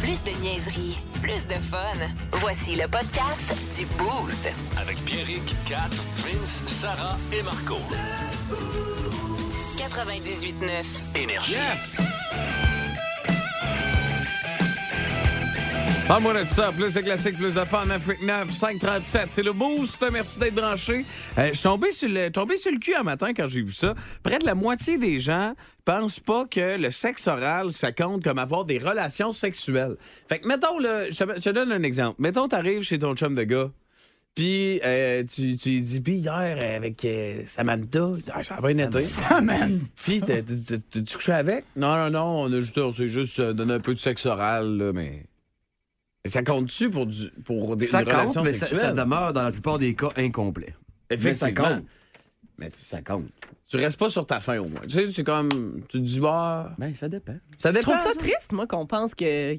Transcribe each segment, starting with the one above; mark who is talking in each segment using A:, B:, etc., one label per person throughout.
A: Plus de niaiserie, plus de fun. Voici le podcast du Boost.
B: Avec Pierrick, Kat, Vince, Sarah et Marco.
A: 98.9.
B: Énergie.
C: Parle-moi de ça. Plus de classique, plus de fun. Afrique 9, 537. C'est le boost. Merci d'être branché. Euh, je suis tombé sur le, tombé sur le cul un matin quand j'ai vu ça. Près de la moitié des gens pensent pas que le sexe oral, ça compte comme avoir des relations sexuelles. Fait que, mettons, là, je te, je te donne un exemple. Mettons, t'arrives chez ton chum de gars. Puis, euh, tu, tu lui dis, puis hier, euh, avec euh, Samantha, ah,
D: ben,
C: ça a bien été. Si, t'as- t'as- t'as- t'as- tu couchais avec? Non, non, non, on a juste, on s'est juste euh, donné un peu de sexe oral, là, mais. Mais Ça compte-tu pour, du, pour des,
D: Ça
C: une
D: compte,
C: relation
D: mais ça,
C: sexuelle?
D: ça demeure dans la plupart des cas incomplet.
C: Effectivement.
D: Mais ça compte.
C: Mais tu,
D: Ça compte.
C: tu restes pas sur ta faim, au moins. Tu sais, c'est comme. Tu te dis, bah.
D: Ben, ça dépend.
C: Ça
E: Je
C: dépend.
E: trouve ça triste, moi, qu'on pense que.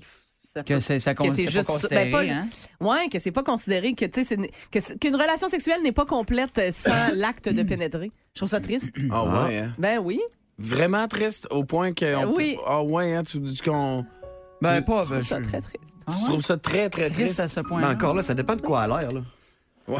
E: ça-
F: Que c'est, ça, con-
E: Que c'est
F: c'est
E: juste-
F: pas considéré,
E: ben, pas-
F: hein?
E: Ouais, que c'est pas considéré que, tu sais, c'est une- que c'est- qu'une relation sexuelle n'est pas complète euh, sans l'acte de pénétrer. Je trouve ça triste.
C: Ah ouais, hein?
E: Ben oui.
C: Vraiment triste au point que. on peut-
E: Oui.
C: Ah ouais, hein? Tu dis qu'on.
F: Ben,
C: tu-
F: pas. ben,
E: Je trouve ça
F: je-
E: très triste.
F: Ah
C: Tu
F: ouais?
C: trouves ça très, très
F: triste
C: triste.
F: à ce
D: Mais
F: point-là.
D: encore là, ça dépend de quoi à l'air. Là.
C: Ouais.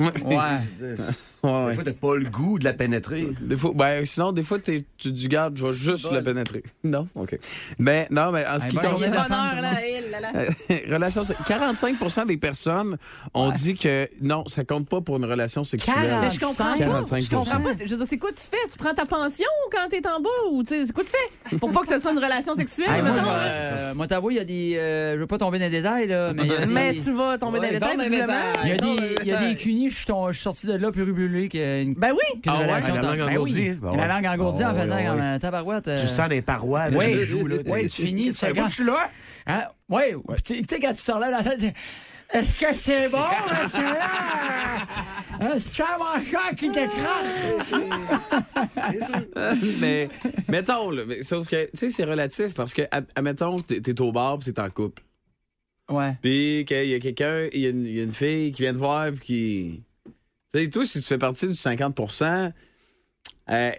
F: Ouais.
D: Des
C: Ouais, ouais.
D: fois, t'as pas le goût de la pénétrer.
C: Des fois, ben, sinon, des fois, t'es- tu te dis, garde, je vais juste le pénétrer. Non? OK. Mais, non, mais en ce
F: Eh,
C: qui
F: bonne
C: concerne.
F: journée. la femme,
E: bonheur, là, elle, là, là.
F: Euh,
C: relation se- 45 des personnes ont dit que non, ça compte pas pour une relation sexuelle.
E: Mais je comprends pas.
C: 45
E: Je comprends pas. Je veux dire, c'est quoi tu fais? Tu prends ta pension quand t'es en bas? Ou tu sais, c'est quoi tu fais? Pour pas que ce soit une relation sexuelle,
D: Ah,
F: Hey, Ah, moi,
E: mettons,
F: je vais-
E: là.
F: euh, moi, t'avoue, il y a des. euh, je veux pas tomber dans les détails, là, mais il y a des.
E: Mais Eh, tu vas tomber dans les détails, visiblement.
F: Il y a des, il y a des cunis, je suis ton- je suis sorti de là plus rubulé qu'une
E: Ben oui.
F: qu'une
C: Ah ouais?
F: relation.
D: La langue
F: Ben oui.
D: engourdie. Ben
F: La
D: ouais.
F: langue engourdie en
D: Ah ouais,
F: faisant
D: ouais,
F: comme
D: ouais.
F: un tabarouette. euh,
D: Tu sens les parois, là,
F: Oui,
D: tu joues, là.
F: oui, tu finis, tu fais
D: Moi,
F: quand-
D: je suis là.
F: Hein? Ouais, pis tu tu sais, quand tu t'enlèves la tête, est-ce que c'est bon? Est-ce que Ah! Est-ce que c'est mon chat qui te crache?
C: mais mettons, là, mais sauf que, tu sais, c'est relatif parce que, ad- admettons, que t'es t'es au bar puis t'es en couple.
F: Ouais.
C: Puis qu'il y a quelqu'un, il y, a une- il y a une fille qui vient te voir puis qui. Tu sais, toi, si tu fais partie du 50 euh,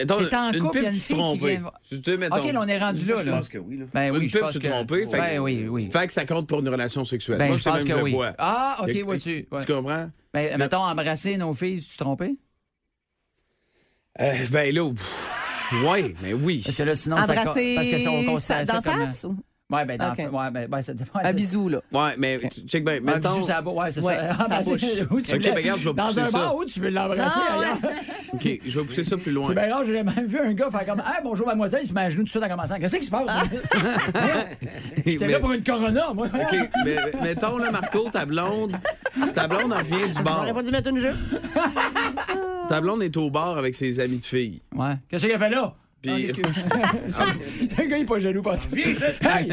C: mettons,
F: T'es en
C: une
F: couple, il y
C: pipe, tu te
F: a une fille qui
C: trompes.
F: vient te voir.
C: Tu sais, mettons,
F: Ok, là, on est rendu là, là.
D: que oui, là.
F: Ben
C: Une
F: oui, je
C: pub,
F: pense
C: tu te
F: que-
C: trompais, fait
F: Ben
C: que-
F: oui, oui.
C: Fait que ça compte pour une relation sexuelle.
F: Ben,
C: Moi,
F: je
C: c'est
F: pense
C: même
F: que
C: je le
F: oui.
C: vois.
F: Ah,
C: Y
F: ok,
C: a-
F: vois-tu. ouais.
C: Tu comprends?
F: Ben, mettons, embrasser nos filles, tu te trompais?
C: Euh, ben là, pff, ouais, mais oui.
F: Parce que là, sinon, ça co-
E: Embrasser.
F: Parce que ça, on considère ça
E: d'en
F: comme...
E: face? ou-
F: Ouais, ben, d'en
E: Ok.
F: fa- ouais, ben, ben, ça dépend.
E: Un bisou, là.
C: Ouais, mais tu- check bien.
F: Un
C: Mettons.
F: bisou, ça va. Ouais, c'est
E: Ouais,
F: ça.
E: ça
F: Embrasser
E: bouche.
F: où tu
C: Ok,
F: l'as-
C: ben, regarde, je vais
F: Dans
C: pousser
F: un
C: ça.
F: bar où tu veux l'embrasser
E: Ah, ouais.
F: ailleurs.
C: OK, je vais pousser ça plus loin.
F: C'est bien rare, j'ai même vu un gars faire comme Hey, bonjour mademoiselle, il se met à genoux tout de suite en commençant. Qu'est-ce qui se passe?
E: Ah!
F: J'étais là
C: Mais-
F: pour une corona, moi.
C: OK, mais mettons, là, Marco, ta blonde, ta blonde en vient du bar.
E: J'aurais pas dû mettre une jupe.
C: Ta blonde est au bar avec ses amis de filles.
F: Ouais. Qu'est-ce qu'il a fait là?
C: Puis
G: Ah,
F: Le gars, il est pas jaloux par Hey!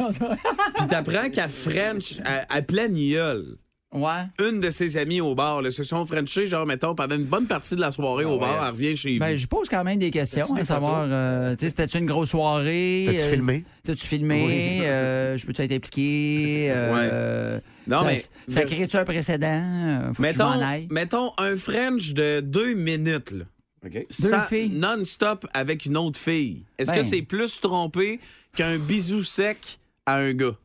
F: Non, ça-
C: puis t'apprends qu'à French, à, à pleine gueule,
F: ouais.
C: une de ses amies au bar, là, se sont Frenchés, genre, mettons, pendant une bonne partie de la soirée au bar, elle revient chez
F: Ben,
C: lui.
F: je pose quand même des questions, à savoir, euh, tu sais, c'était-tu une grosse soirée?
D: T'as-tu
F: Euh,
D: filmé?
F: T'as-tu filmé? Euh, je peux-tu être impliqué? Euh,
C: Non,
F: ça,
C: mais-
F: Ça crée-tu un précédent? Euh, Faut que je m'en
C: Mettons,
F: aille.
C: mettons un French de deux minutes, là.
D: OK.
C: Deux
F: filles.
C: Non-stop avec une autre fille. Est-ce
F: Ben.
C: que c'est plus trompé qu'un bisou sec à un gars?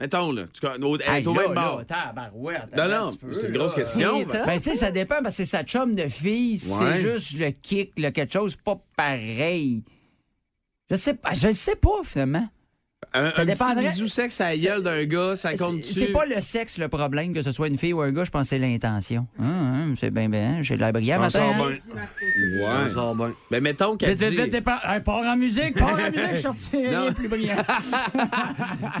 C: Mettons, là. Tu, au,
F: Hey,
C: au
F: là,
C: même bar.
F: là, tabarouette,
C: Non,
F: attends un
C: non,
F: petit peu,
C: c'est une
F: là.
C: grosse question.
E: C'est
F: Ben, tu sais, ça dépend parce que c'est sa chum de fille. C'est
C: Ouais.
F: juste le kick, le quelque chose, pas pareil. Je sais pas, je le sais pas, finalement.
C: Un,
F: Ça
C: un
F: dépendrait-
C: petit bisou sec, ça gueule d'un gars, ça
F: C'est
C: compte-tu?
F: c'est pas le sexe le problème, que ce soit une fille ou un gars, je pense que c'est l'intention. Hum, hum, c'est bien, bien, j'ai de l'air brillant
C: On
F: matin.
C: sort
F: hein.
C: bien. Ouais.
D: Ça sort bien.
C: Mais Ben, mettons qu'elle
F: Vite, vite,
C: dit...
F: vite, départ. Hey, pars en musique, pars en musique, je sortirai
C: Non.
F: plus brillant.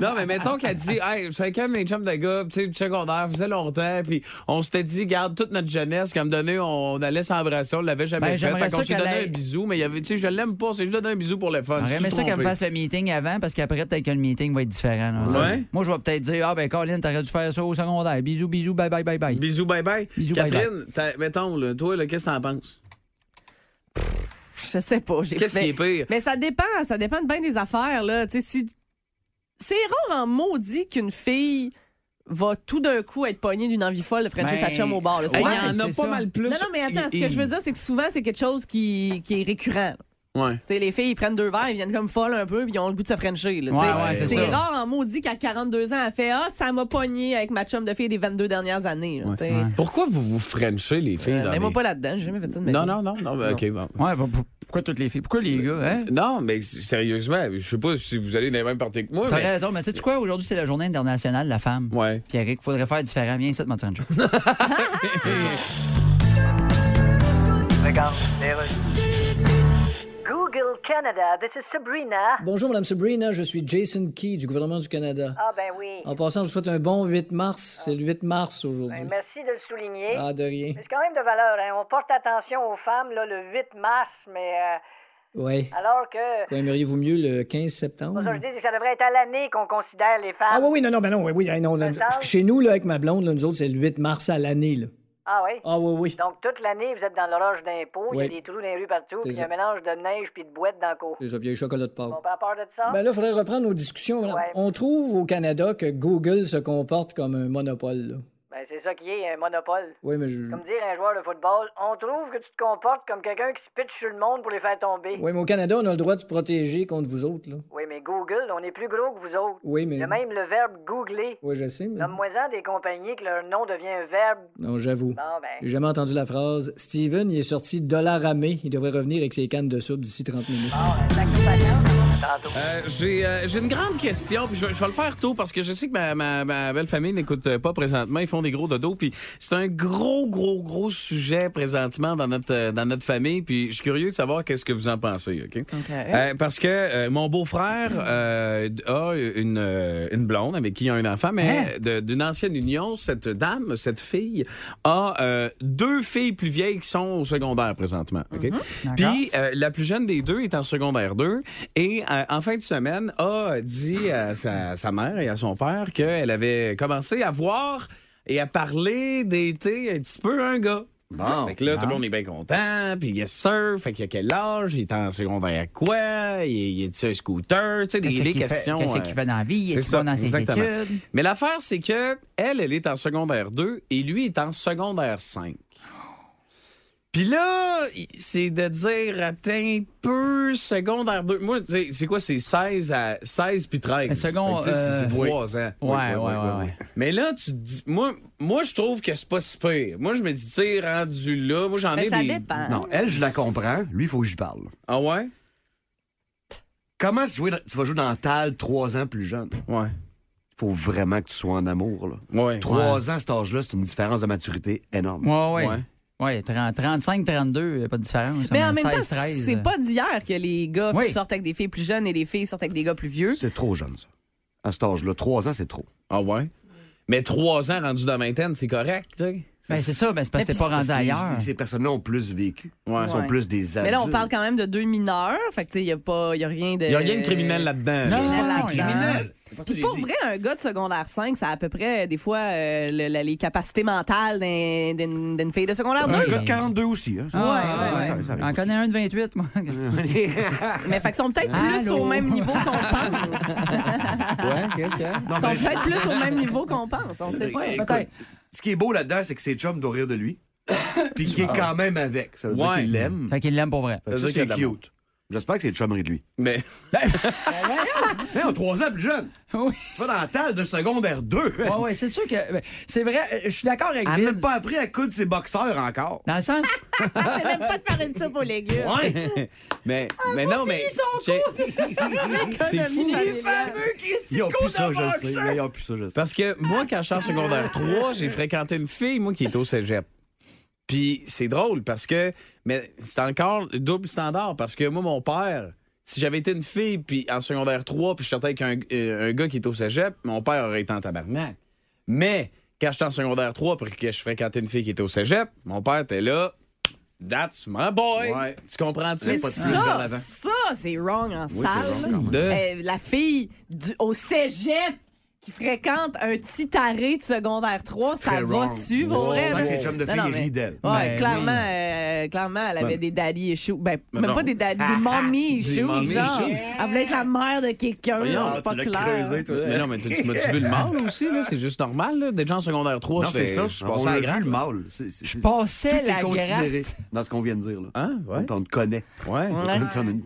C: Non, mais mettons qu'elle dit, hey, chacun de mes chums de gars, tu sais, du secondaire, faisait longtemps, puis on s'était dit, garde toute notre jeunesse, comme donné, on allait s'embrasser, on l'avait jamais
F: Ben,
C: fait.
F: j'aimerais
C: Fait qu'on
F: ça
C: s'est
F: qu'elle
C: donné
F: aille-
C: un bisou, mais il y avait, tu sais, je l'aime pas, c'est juste donner un bisou pour le fun.
F: J'aurais
C: Je
F: aimé
C: suis
F: ça qu'elle me
C: trompé.
F: fasse le meeting avant parce qu'après, t'as
G: peut-être que le meeting va être différent. là.
C: Ouais.
G: Moi, je vais peut-être dire, ah ben Colin, t'aurais dû faire ça au secondaire. Bisous, bisous, bye, bye, bye, bye.
C: Bisous, bye bye.
G: Bisous,
C: Catherine, t'as- mettons, là, toi, là, qu'est-ce que t'en penses?
E: Je sais pas. j'ai-
C: Qu'est-ce qui est pire?
E: Mais ça dépend, ça dépend de bien des affaires, là. Tu sais, si... C'est rare en maudit qu'une fille va tout d'un coup être pognée d'une envie folle de Frencher
G: Ben,
E: sa chum au bar. là.
G: ouais,
E: Souvent-
G: il y en a
C: pas
G: c'est ça.
C: mal plus.
E: Non, non, mais attends, ce
C: Il-
E: que je veux dire, c'est que souvent, c'est quelque chose qui, qui est récurrent.
C: Ouais.
E: Tu sais, les filles, ils prennent deux verres, ils viennent comme folles un peu, puis ils ont le goût de se frencher. là, tu sais.
G: Ouais, ouais, c'est
E: c'est
G: ça.
E: rare en maudit qu'à 42 ans, elle fait Ah, ça m'a pogné avec ma chum de fille des 22 dernières années. là, tu sais.
C: Pourquoi vous vous frenchez, les filles?
F: Ben,
E: Euh,
C: dans
E: Mets-moi
C: des-
E: pas là-dedans, j'ai jamais fait ça de ma
C: Non,
E: vie.
C: non, non, non, mais OK, bon.
G: Ouais, bah, pour- pourquoi toutes les filles? Pourquoi les gars, hein?
C: Non, mais s- sérieusement, je sais pas si vous allez dans les mêmes parties que moi,
G: T'as
C: mais...
G: raison, mais sais-tu quoi? Aujourd'hui, c'est la journée internationale de la femme.
C: Ouais.
G: Puis Eric, faudrait faire différent. Viens ici, de Martin
H: Google Canada, this is Sabrina.
I: Bonjour, Madame Sabrina, je suis Jason Key du gouvernement du Canada.
H: Ah ben oui. Ah.
I: En passant, je vous souhaite un bon 8 mars. C'est le 8 mars aujourd'hui.
H: Ben, merci de le souligner.
I: Ah, de rien.
H: Mais c'est quand même de valeur. Hein. On porte attention aux femmes là, le 8 mars, mais
I: Ouais.
H: euh, alors que...
I: Quoi, aimeriez-vous mieux le 15 septembre?
H: Pour ça, je dis que ça devrait être à l'année qu'on considère les femmes.
I: Ah, oui, oui, non, non, ben non, oui, oui, hey, non, là,
H: Ça change?
I: chez nous, là, avec ma blonde, là, nous autres, c'est le 8 mars à l'année, là.
H: Ah oui?
I: Ah, oui, oui.
H: Donc, toute l'année, vous êtes dans l'orage d'impôts, il y a
I: Oui.
H: des trous dans les rues partout,
I: C'est
H: puis il y a un
I: ça.
H: mélange de neige puis de boîtes dans le cours.
I: C'est ça, puis il y a les chocolats de Pâques.
H: On pas peur de ça?
I: Ben là, il faudrait reprendre nos discussions. madame.
H: Ah. Ouais.
I: On trouve au Canada que Google se comporte comme un monopole, là.
H: Ben, c'est ça qui est, un monopole.
I: Oui, mais je...
H: Comme dire à un joueur de football, on trouve que tu te comportes comme quelqu'un qui se pitche sur le monde pour les faire tomber.
I: Oui, mais au Canada, on a le droit de se protéger contre vous autres, là.
H: Oui, mais Google, on est plus gros que vous autres.
I: Oui, mais...
H: Il y a même le verbe googler.
I: Oui, je sais, mais...
H: Nomme-moi-en des compagnies que leur nom devient un verbe.
I: Non, j'avoue.
H: Bon, ben.
I: J'ai jamais entendu la phrase Steven, il est sorti dollar à mai. Il devrait revenir avec ses cannes de soupe d'ici 30 minutes.
H: ben.
C: Euh, j'ai, euh, j'ai une grande question, puis je, vais- je vais le faire tôt parce que je sais que ma, ma- ma belle famille n'écoute euh, pas présentement. Ils font des gros dodos, puis c'est un gros, gros, gros sujet présentement dans notre, euh, dans notre famille. Puis je suis curieux de savoir qu'est-ce que vous en pensez, OK? Euh, parce que euh, mon beau-frère euh, a une, euh, une blonde avec qui il a un enfant, mais de- d'une ancienne union, cette dame, cette fille, a euh, deux filles plus vieilles qui sont au secondaire présentement. OK? Puis euh, la plus jeune des deux est en secondaire 2 et euh, en fin de semaine a dit à sa, sa mère et à son père qu'elle avait commencé à voir et à parler d'été un petit peu un gars.
D: Bon.
C: Fait que là, tout le monde est bien content, puis yes sir, fait qu'il a quel âge, il est en secondaire à quoi, il, il est-tu un scooter, tu sais, des, des questions.
G: Qu'est-ce
C: euh,
G: qu'il fait dans la vie?
C: c'est
G: Est-ce
C: ça,
G: qu'il dans ses
C: exactement.
G: études?
C: Mais l'affaire, c'est que elle, elle est en secondaire 2 et lui est en secondaire 5. Puis là, il- c'est de dire, attends un peu, secondaire 2. Moi, tu sais, c'est quoi, c'est 16 à 16 puis 13.
G: Mais second,
C: Fait que tu sais, c'est- c'est
G: euh,
C: 3 ans.
G: Ouais, ouais, ouais, ouais.
C: Mais là, tu te dis, moi, moi je trouve que c'est pas si pire. Moi, je me dis, tu sais, rendu là, moi, j'en
G: Ben,
E: Mais
C: ai
E: ça
C: des.
E: dépend.
D: Non, elle, je la comprends. hein? Lui, il faut que j'y parle.
C: Ah ouais?
D: Comment tu, joues dans- tu vas jouer dans Tal trois ans plus jeune?
C: Ouais.
D: Faut vraiment que tu sois en amour, là.
C: Ouais.
D: Trois ans à cet âge-là, c'est une différence de maturité énorme.
G: Ouais, ouais.
C: Ouais.
G: Ouais, 30 35, 32, y a pas de différence.
E: Mais en même
G: 16,
E: temps,
G: 13.
E: c'est pas d'hier que les gars
G: Oui.
E: sortent avec des filles plus jeunes et les filles sortent avec des gars plus vieux.
D: C'est trop jeune, ça. À cet âge-là, trois ans, c'est trop.
C: Ah ouais? Mais trois ans rendu dans la vingtaine, c'est correct, tu sais?
G: Ben, c'est ça, ben, c'est parce que
E: Mais
G: t'es pas rendu ailleurs.
D: Ces- Ces personnes-là ont plus vécu.
C: Ouais.
D: Ils sont
E: Ouais.
D: plus des
E: Mais
D: adultes.
E: là, on parle quand même de deux mineurs. Fait que, tu sais, il n'y a, pas- y a rien de.
C: Il y a rien de criminel là-dedans.
G: Non,
E: criminel
G: non,
E: là-dedans.
G: non.
D: C'est pas ça que
E: Puis
D: j'ai
E: pour
D: dit.
E: vrai, un gars de secondaire 5, ça a à peu près, euh, des fois, euh, le- le- les capacités mentales d'un- d'une d'une fille de secondaire 2.
D: Un gars de 42 aussi. Hein, ça.
G: Ah,
D: Ouais,
G: ouais,
D: ouais,
G: ouais.
D: ça arrive.
G: En connais un de 28, moi.
E: Mais fait qu'ils sont peut-être plus
G: Allô?
E: au même niveau qu'on pense. Ils sont peut-être plus au même niveau qu'on pense. On sait pas.
D: Écoute,
G: Peut-être.
D: Ce qui est beau là-dedans, c'est que ses chums doivent rire de lui. Puis qu'il est quand même avec. Ça veut dire
C: Ah. Ouais.
D: qu'il l'aime.
G: Fait qu'il l'aime pour vrai.
D: Fait que
C: Ça
D: ça,
C: veut dire
D: C'est
C: qu'il y a de l'amour.
D: cute. J'espère que ses chums rient de lui.
C: Mais
D: Mais on a trois ans plus jeune.
G: Oui.
D: Tu vas dans la talle de secondaire 2.
G: Ouais, ouais, c'est sûr que. ben, C'est vrai, euh, je suis d'accord avec
D: Elle n'a
G: Vince.
D: même pas appris à coudre ses boxeurs encore.
G: Dans le sens.
E: C'est même pas de faire une soupe aux légumes.
D: Ouais.
C: mais,
G: Ah,
C: mais non, mais. j'ai- C'est fou.
D: Ils ont plus ça, je sais. mais Ils ont plus ça, je sais.
C: Parce que moi, quand je suis en secondaire 3, j'ai fréquenté une fille, moi, qui est au cégep. Puis c'est drôle parce que. Mais c'est encore double standard parce que moi, mon père. Si j'avais été une fille puis en secondaire 3 puis je sortais avec un, euh, un gars qui est au cégep, mon père aurait été en tabarnak. Mais quand j'étais en secondaire 3 puis que je fréquentais une fille qui était au cégep, mon père était là, That's my boy.
D: Ouais.
C: Tu comprends-tu?
E: Mais
D: pas de plus vers
E: ça,
D: l'avant.
E: ça, c'est wrong en
C: Oui, c'est
E: salle.
C: bon, quand même.
E: Euh, la fille du, au cégep qui fréquente un petit taré de secondaire 3,
D: C'est très
E: ça
D: wrong.
E: va-tu,
D: On
E: pour
D: s'entend
E: elle?
D: que ses chums de
E: Non,
D: filles
E: non,
D: ils
E: mais-
D: rient d'elle.
E: Ouais,
G: Ben
E: clairement,
G: oui.
E: euh, clairement, elle avait
C: Ben-
E: des daddy issues. Ben,
C: Ben
E: même
C: non.
E: pas des daddy, des mommy
C: Des
E: issues,
C: mommy
E: genre.
C: issues.
E: Elle voulait être la mère de quelqu'un,
C: Voyons,
E: là, c'est
D: tu
E: pas
D: l'as
E: clair.
D: creusé, toi.
C: Mais non, mais tu tu m'as-tu vu le mâle aussi? là? C'est juste normal. Là. Des gens en secondaire 3,
D: Non, c'est ça.
C: Je
D: on
C: pensais
D: l'a
C: à la
D: vu
C: grande.
D: le mâle. C'est- c'est-
G: Je
D: tout
G: passais
D: est
G: la gratte.
D: considéré dans ce qu'on vient de dire. Là.
C: Hein? Ouais.
D: On te connaît.
C: Ouais.
E: Ouais.
D: On t'en a une-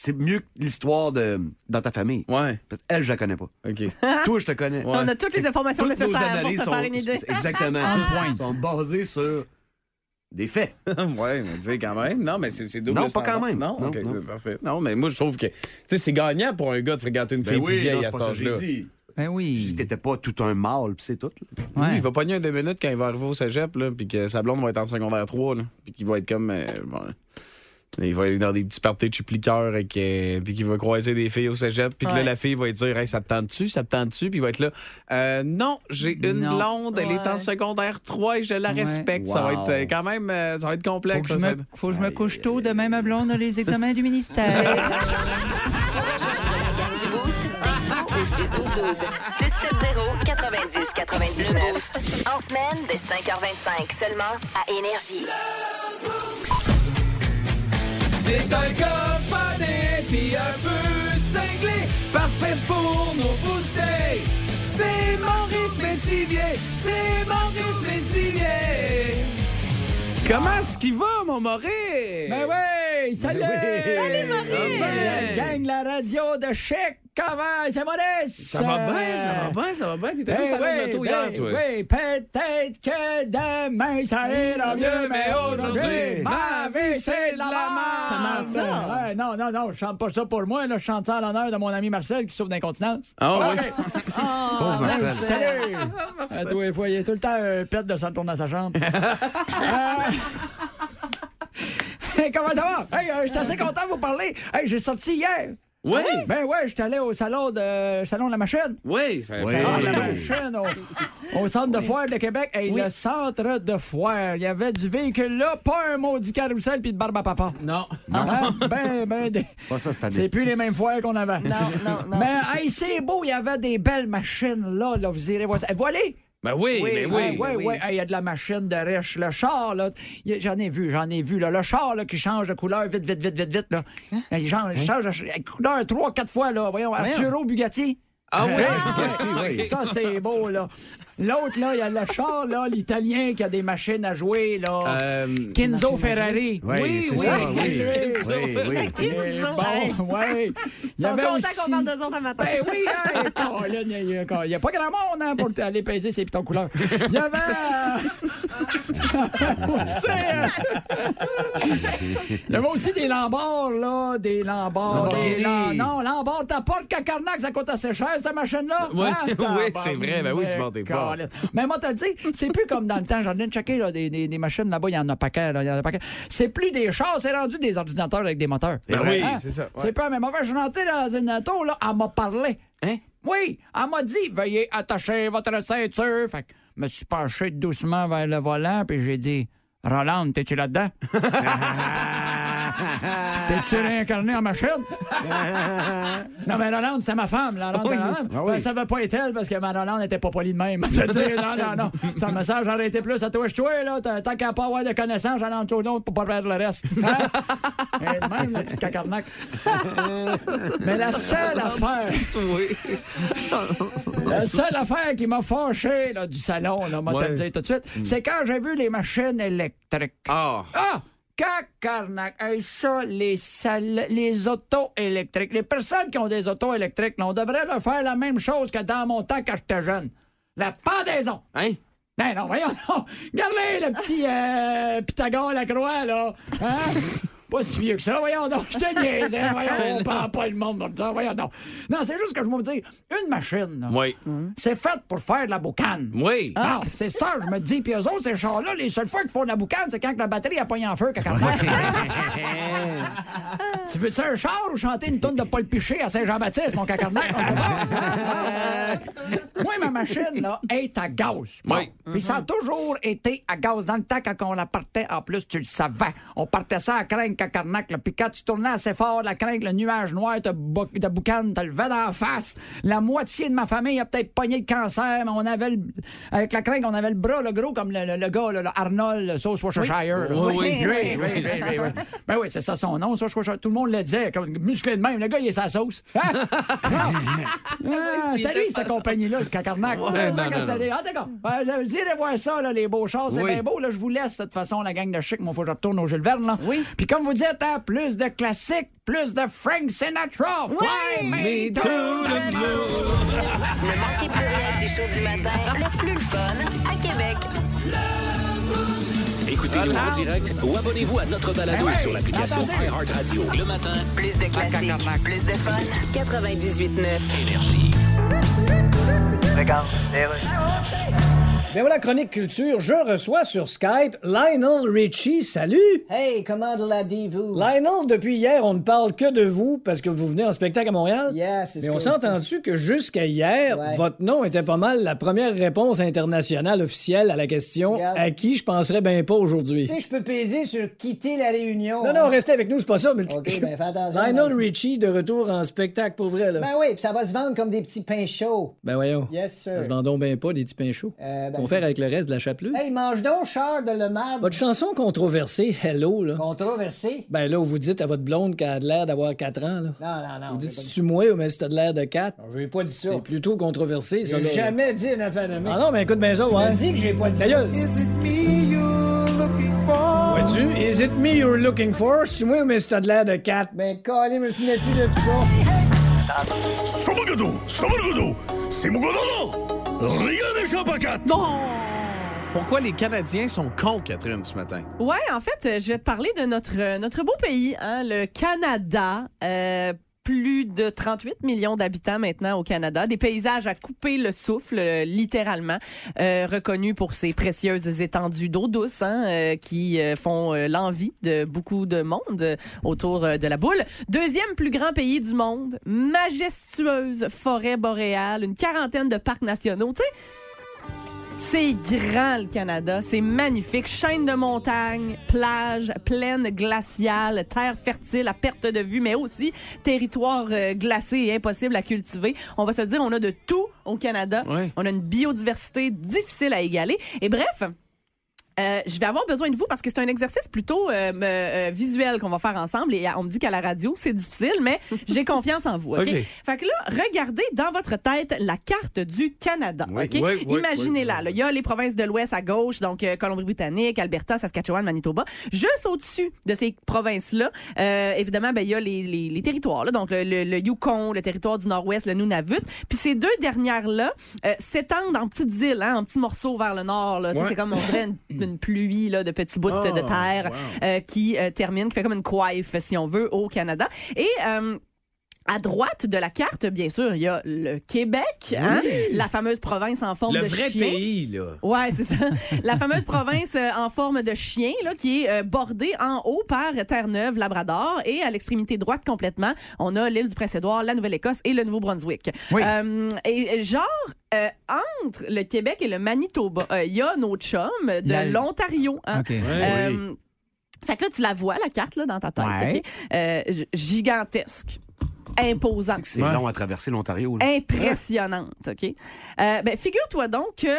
D: C'est mieux que l'histoire de dans ta famille.
C: Ouais.
D: Parce que Elle, je la connais pas.
C: OK.
D: Toi, je te connais.
C: Ouais.
E: On a toutes les informations
D: Toutes nos
E: nécessaires pour
D: analyses
E: se
D: sont,
E: faire une idée. Ah.
D: exactement,
G: En point.
D: sont basées sur des faits.
C: ouais, mais tu sais, quand même. Non, mais c'est c'est double.
D: Non, pas
C: standard.
D: quand même.
C: Non,
D: Non,
C: OK,
D: non.
C: parfait. Non, mais moi, je trouve que tu sais, c'est gagnant pour un gars de fréquenter une fille
D: Ben oui,
C: plus
D: non,
C: vieille
D: c'est
C: à
D: pas
C: cet
D: ça que j'ai
C: âge-là.
D: dit.
G: Ben
D: J'ai dit
G: oui.
D: que t'étais pas tout un mâle, puis c'est tout. là.
C: Lui,
G: Ouais.
C: il va pogner un deux minutes quand il va arriver au cégep, là, puis que sa blonde va être en secondaire 3, là, puis qu'il va être comme. euh, bon, là, il va aller dans des petits parties de chupliqueurs, et que- puis qu'il va croiser des filles au cégep, puis que là,
E: Ouais.
C: la fille va lui dire Hey, ça te tente-tu, ça te tente-tu, puis il va être là. Euh, non, j'ai une
G: Non.
C: blonde, elle est en
E: Ouais.
C: secondaire 3 et je la
G: Ouais.
C: respecte.
D: Wow.
C: Ça va être euh, quand même euh, ça va être
G: Faut
C: complexe.
G: que je
C: ça,
G: me,
C: ça-
G: faut que je me couche tôt demain, ma blonde, a les examens du ministère.
A: La gang du Boost, texto au 612-12. 670-90-99. Le Boost. En semaine, dès 5h25, seulement à Énergie.
C: C'est un gars fané, puis un peu cinglé, parfait pour nous booster. C'est Maurice Métivier, c'est Maurice Métivier. Comment est-ce qu'il va, mon Maurice?
F: Ben oui, salut! Salut, Marie! Gang la radio de chic, comment? C'est Maurice! Ben
C: Ça va bien, ça va bien, ça va bien. T'étais allé au salon de l'auto hier, toi.
F: Oui, peut-être que demain ça ira mieux, mais aujourd'hui, ma vie c'est de la merde!
E: Comment ça?
F: Ouais, non, non, non, je chante pas ça pour moi, là, je chante ça à l'honneur de mon ami Marcel qui souffre d'incontinence. Ah,
C: Ah oui.
D: Pauvre Marcel.
F: Salut! À tous les fois, il est tout le temps euh, pète de s'en tourner à sa chambre. Euh, hey, Comment ça va? Hey, euh, je suis assez content de vous parler. Hey, j'ai sorti hier.
C: Oui,
F: Ben ouais, je suis allé au salon de, salon de la machine.
C: oui, ça
D: Oui.
C: fait
F: Ah, la
C: un tour.
F: machine au, au centre de foire de Québec. Hey, Le centre de foire, il y avait du véhicule là, pas un maudit carrousel puis de barbe à papa.
C: Non.
F: Hein? Ben, ben, des-
D: Pas ça cette
F: c'est
D: année.
F: plus les mêmes foires qu'on avait.
E: Non, non, non.
F: Mais hey, c'est beau, il y avait des belles machines là, là vous irez voir ça. Hey, Voilà!
C: Ben oui, mais
F: Ouais,
C: oui.
F: ouais,
E: oui.
F: ouais. hein, Hey, Il y a de la machine de riche. Le char, là. il y a- J'en ai vu, j'en ai vu. Là, le char là, qui change de couleur vite, vite, vite, vite, vite. Là. Ben, Il change, il change de ch- hey, couleur trois, quatre fois. Là. Hein? Voyons, Arturo Bugatti.
C: Ah oui.
F: Ouais, ouais, Ça, c'est beau, là. L'autre, là, il y a le char, là, l'italien qui a des machines à jouer, là.
C: Euh,
F: Kenzo Ferrari.
D: Ouais, c'est
F: oui,
D: ça, oui.
F: oui.
D: Oui, oui.
E: Ils sont-
F: Bon, ouais. Il y
E: Ils sont
F: avait
E: contents
F: aussi...
E: qu'on parle d'eux autres un matin.
F: Ben oui, hein, Colin, il n'y a, il y a pas grand monde hein, pour aller peser ses pitons couleurs. Il y avait. euh, c'est, euh, il y avait aussi des lambards, là. Des lambards. Des lam- non, lambards, t'as pas le cacarnac, ça coûte assez cher, cette machine-là.
C: Ouais,
F: Ah,
C: oui,
F: tabarnak,
C: c'est vrai, ben oui, tu m'en t'es pas.
F: Colin. Mais moi, t'as dit, c'est plus comme dans le temps. J'en ai checké, là, des, des, des machines là-bas, il y en a paquet, là. il y en a paquet. C'est plus des chars, c'est rendu des ordinateurs avec des moteurs.
C: Ben oui,
F: Hein?
C: c'est ça. ouais.
F: C'est pas mais mauvais. Je suis rentré dans une auto, là, elle m'a parlé.
C: Hein?
F: Oui, elle m'a dit Veuillez attacher votre ceinture. Fait que je me suis penché doucement vers le volant, puis j'ai dit Roland, t'es-tu là-dedans? t'es-tu réincarné en machine? non, mais Roland, c'était ma femme, la Roland. c'était ma femme.
D: Ah oui.
F: Ben, Ça ne pas être elle, parce que ma Roland n'était pas polie de même. Je veux dire, non, non, non. Son message aurait été plus à toi, je toi, là. Tant- Tant qu'à pas avoir de connaissances, j'allais en tout l'autre pour pas perdre le reste. Hein? Et même le petit cacarnac. Mais la seule affaire. La seule affaire qui m'a fâché là, du salon, là, moi, te le dire tout de suite, c'est quand j'ai vu les machines électriques.
C: Ah.
F: Ah! Cacarnac! Hey, ça, les, sal- les autos électriques. Les personnes qui ont des autos électriques, là, on devrait leur faire la même chose que dans mon temps quand j'étais jeune. La pendaison!
C: Hein?
F: Ben non, voyons, non. Regardez le petit euh, Pythagore Lacroix, là. Hein? Pas si vieux que ça, voyons donc. Je te niaise, hein, voyons, on parle pas le monde comme ça, voyons donc. Non, c'est juste que je veux me dire, une machine, là,
C: Oui.
F: c'est faite pour faire de la boucane.
C: Oui.
F: Ah, c'est ça, je me dis. Puis eux autres, ces chars-là, les seules fois qu'ils font de la boucane, c'est quand la batterie a pogné en feu, cacarnac. tu veux-tu un char ou chanter une tonne de Paul Piché à Saint-Jean-Baptiste, mon cacarnac? On sait pas. Euh, Moi, ma machine, là, est à gaz. Bon.
C: Oui.
F: Puis ça a toujours été à gaz. Dans le temps, quand on la partait, en plus, tu le savais. On partait ça à cringue, cacarnac. là. Puis quand tu tournais assez fort, la cringue, le nuage noir te, bo- te boucane, te levait dans la face. La moitié de ma famille a peut-être pogné le cancer, mais on avait le- avec la cringue, on avait le bras, le gros, comme le, le- le gars, là, le Arnold, le sauce Worcestershire. là.
C: Oui, oui,
F: oui, oui, oui, oui, oui. Ben oui, c'est ça son nom, ça, je crois que tout le monde le disait, comme musclé de même. Le gars, il est sa sauce. Hein? ah,
D: il
F: t'as
D: était
F: lu cette
D: sa
F: compagnie-là, le cacarnac.
C: Ouais, non, non, non.
F: Ah, d'accord. Ben, je- vous irez voir ça, là, les beaux chars, c'est
D: Oui.
F: bien beau. Là, je vous laisse, de toute façon, la gang de chic, mon faut que je retourne au Jules Verne. Là. Oui. Puis comme vous dites, hein, plus de classiques, plus de Frank Sinatra. Fly me to the moon.
A: Ne manquez plus rien du show du matin, le plus le fun à Québec.
B: Écoutez-nous en direct ou abonnez-vous à notre balado
F: Ben oui,
B: sur l'application
F: attendez.
B: iHeartRadio. Le matin,
A: Plus de classiques, plus de fun. 98.9.
B: énergie.
I: Ben voilà, Chronique Culture, je reçois sur Skype Lionel Richie. Salut!
H: Hey, comment la dites-vous?
I: Lionel, depuis hier, on ne parle que de vous parce que vous venez en spectacle à Montréal.
H: Yes, it's
I: Mais on
H: good.
I: s'est entendu que jusqu'à hier,
H: Ouais.
I: votre nom était pas mal la première réponse internationale officielle à la question
H: Regarde.
I: à qui je penserais bien pas aujourd'hui.
H: Tu sais, je peux peser sur quitter la réunion.
I: Non,
H: hein.
I: non, restez avec nous, c'est pas ça. Mais je-
H: Ok,
I: je-
H: ben, fais attention,
I: Lionel
H: ben.
I: Richie de retour en spectacle pour vrai, là.
H: Ben oui, puis ça va se vendre comme des petits pains chauds.
I: Ben voyons.
H: Yes,
I: Ça
H: sir.
I: se vend donc bien pas des petits pains chauds.
H: Euh, ben,
I: Qu'on faire avec le reste de la chapelure.
H: Hey, mange donc, char de le marbre.
I: Votre chanson controversée, Hello, là.
H: Controversé.
I: Ben là, vous dites à votre blonde qu'elle a de l'air d'avoir 4 ans, là.
H: Non, non, non.
I: Vous
H: j'ai
I: dites,
H: pas dit-
I: tu moi, mais si t'as de l'air de 4.
H: J'ai pas dit ça.
I: C'est plutôt controversé, ça.
H: J'ai
I: là.
H: jamais dit une affaire de mec.
I: Ah non, mais écoute bien ça,
H: Je
I: ouais.
H: te dis que j'ai pas dit ça.
I: D'ailleurs. Vois-tu? Is it me you're looking for? Si tu moi, mais si t'as de l'air de 4.
H: Ben, calé, je me souviens plus de tout ça.
C: Pourquoi les Canadiens sont cons, Catherine, ce matin?
E: Ouais, en fait, euh, je vais te parler de notre, euh, notre beau pays, hein, le Canada. Euh, plus de 38 millions d'habitants maintenant au Canada, des paysages à couper le souffle, euh, littéralement, euh, reconnus pour ses précieuses étendues d'eau douce hein, euh, qui euh, font euh, l'envie de beaucoup de monde euh, autour euh, de la boule. Deuxième plus grand pays du monde, majestueuse forêt boréale, une quarantaine de parcs nationaux. Tu sais, c'est grand le Canada, c'est magnifique. Chaîne de montagnes, plages, plaines glaciales, terre fertile à perte de vue, mais aussi territoire euh, glacé et impossible à cultiver. On va se dire, on a de tout au Canada.
C: Ouais.
E: On a une biodiversité difficile à égaler. Et bref. euh, je vais avoir besoin de vous parce que c'est un exercice plutôt euh, me- euh, visuel qu'on va faire ensemble et euh, on me dit qu'à la radio c'est difficile mais j'ai confiance en vous. OK.
C: OK.
E: Fait que là regardez dans votre tête la carte du Canada.
C: Oui,
E: OK?
C: oui, oui, oui.
E: Imaginez-la. là. Il y a les provinces de l'Ouest à gauche, donc euh, Colombie-Britannique, Alberta, Saskatchewan, Manitoba. Juste au-dessus de ces provinces-là, euh, évidemment, ben, il y a les, les- les territoires. là. donc le, le- le Yukon, le territoire du Nord-Ouest, le Nunavut. Puis ces deux dernières-là euh, s'étendent en petites îles, hein, en petits morceaux vers le nord. là. Tu sais,
C: Ouais.
E: C'est comme on dirait une, une pluie là, de petits bouts de- de
C: Ah,
E: terre
C: wow.
E: euh, qui euh, termine, qui fait comme une coiffe, si on veut, au Canada. Et euh, à droite de la carte, bien sûr, il y a le Québec, hein, la fameuse province en forme
C: Le
E: de
C: vrai
E: chien.
C: pays, là.
E: Ouais, c'est ça. La fameuse province euh, en forme de chien, là, qui est euh, bordée en haut par Terre-Neuve, Labrador, et à l'extrémité droite complètement, on a l'île du Prince-Édouard, la Nouvelle-Écosse et le Nouveau-Brunswick.
G: Oui.
E: Euh, et euh, genre, euh, entre le Québec et le Manitoba, euh, il y a nos chums
G: La-
E: de l'Ontario. hein.
G: OK.
E: Euh, Fait que là, tu la vois, la carte, là, dans ta tête.
G: Ouais.
E: ok? Euh, g- gigantesque. Imposante.
J: C'est long à traverser l'Ontario. là.
E: Impressionnante, OK? Euh, ben, figure-toi donc que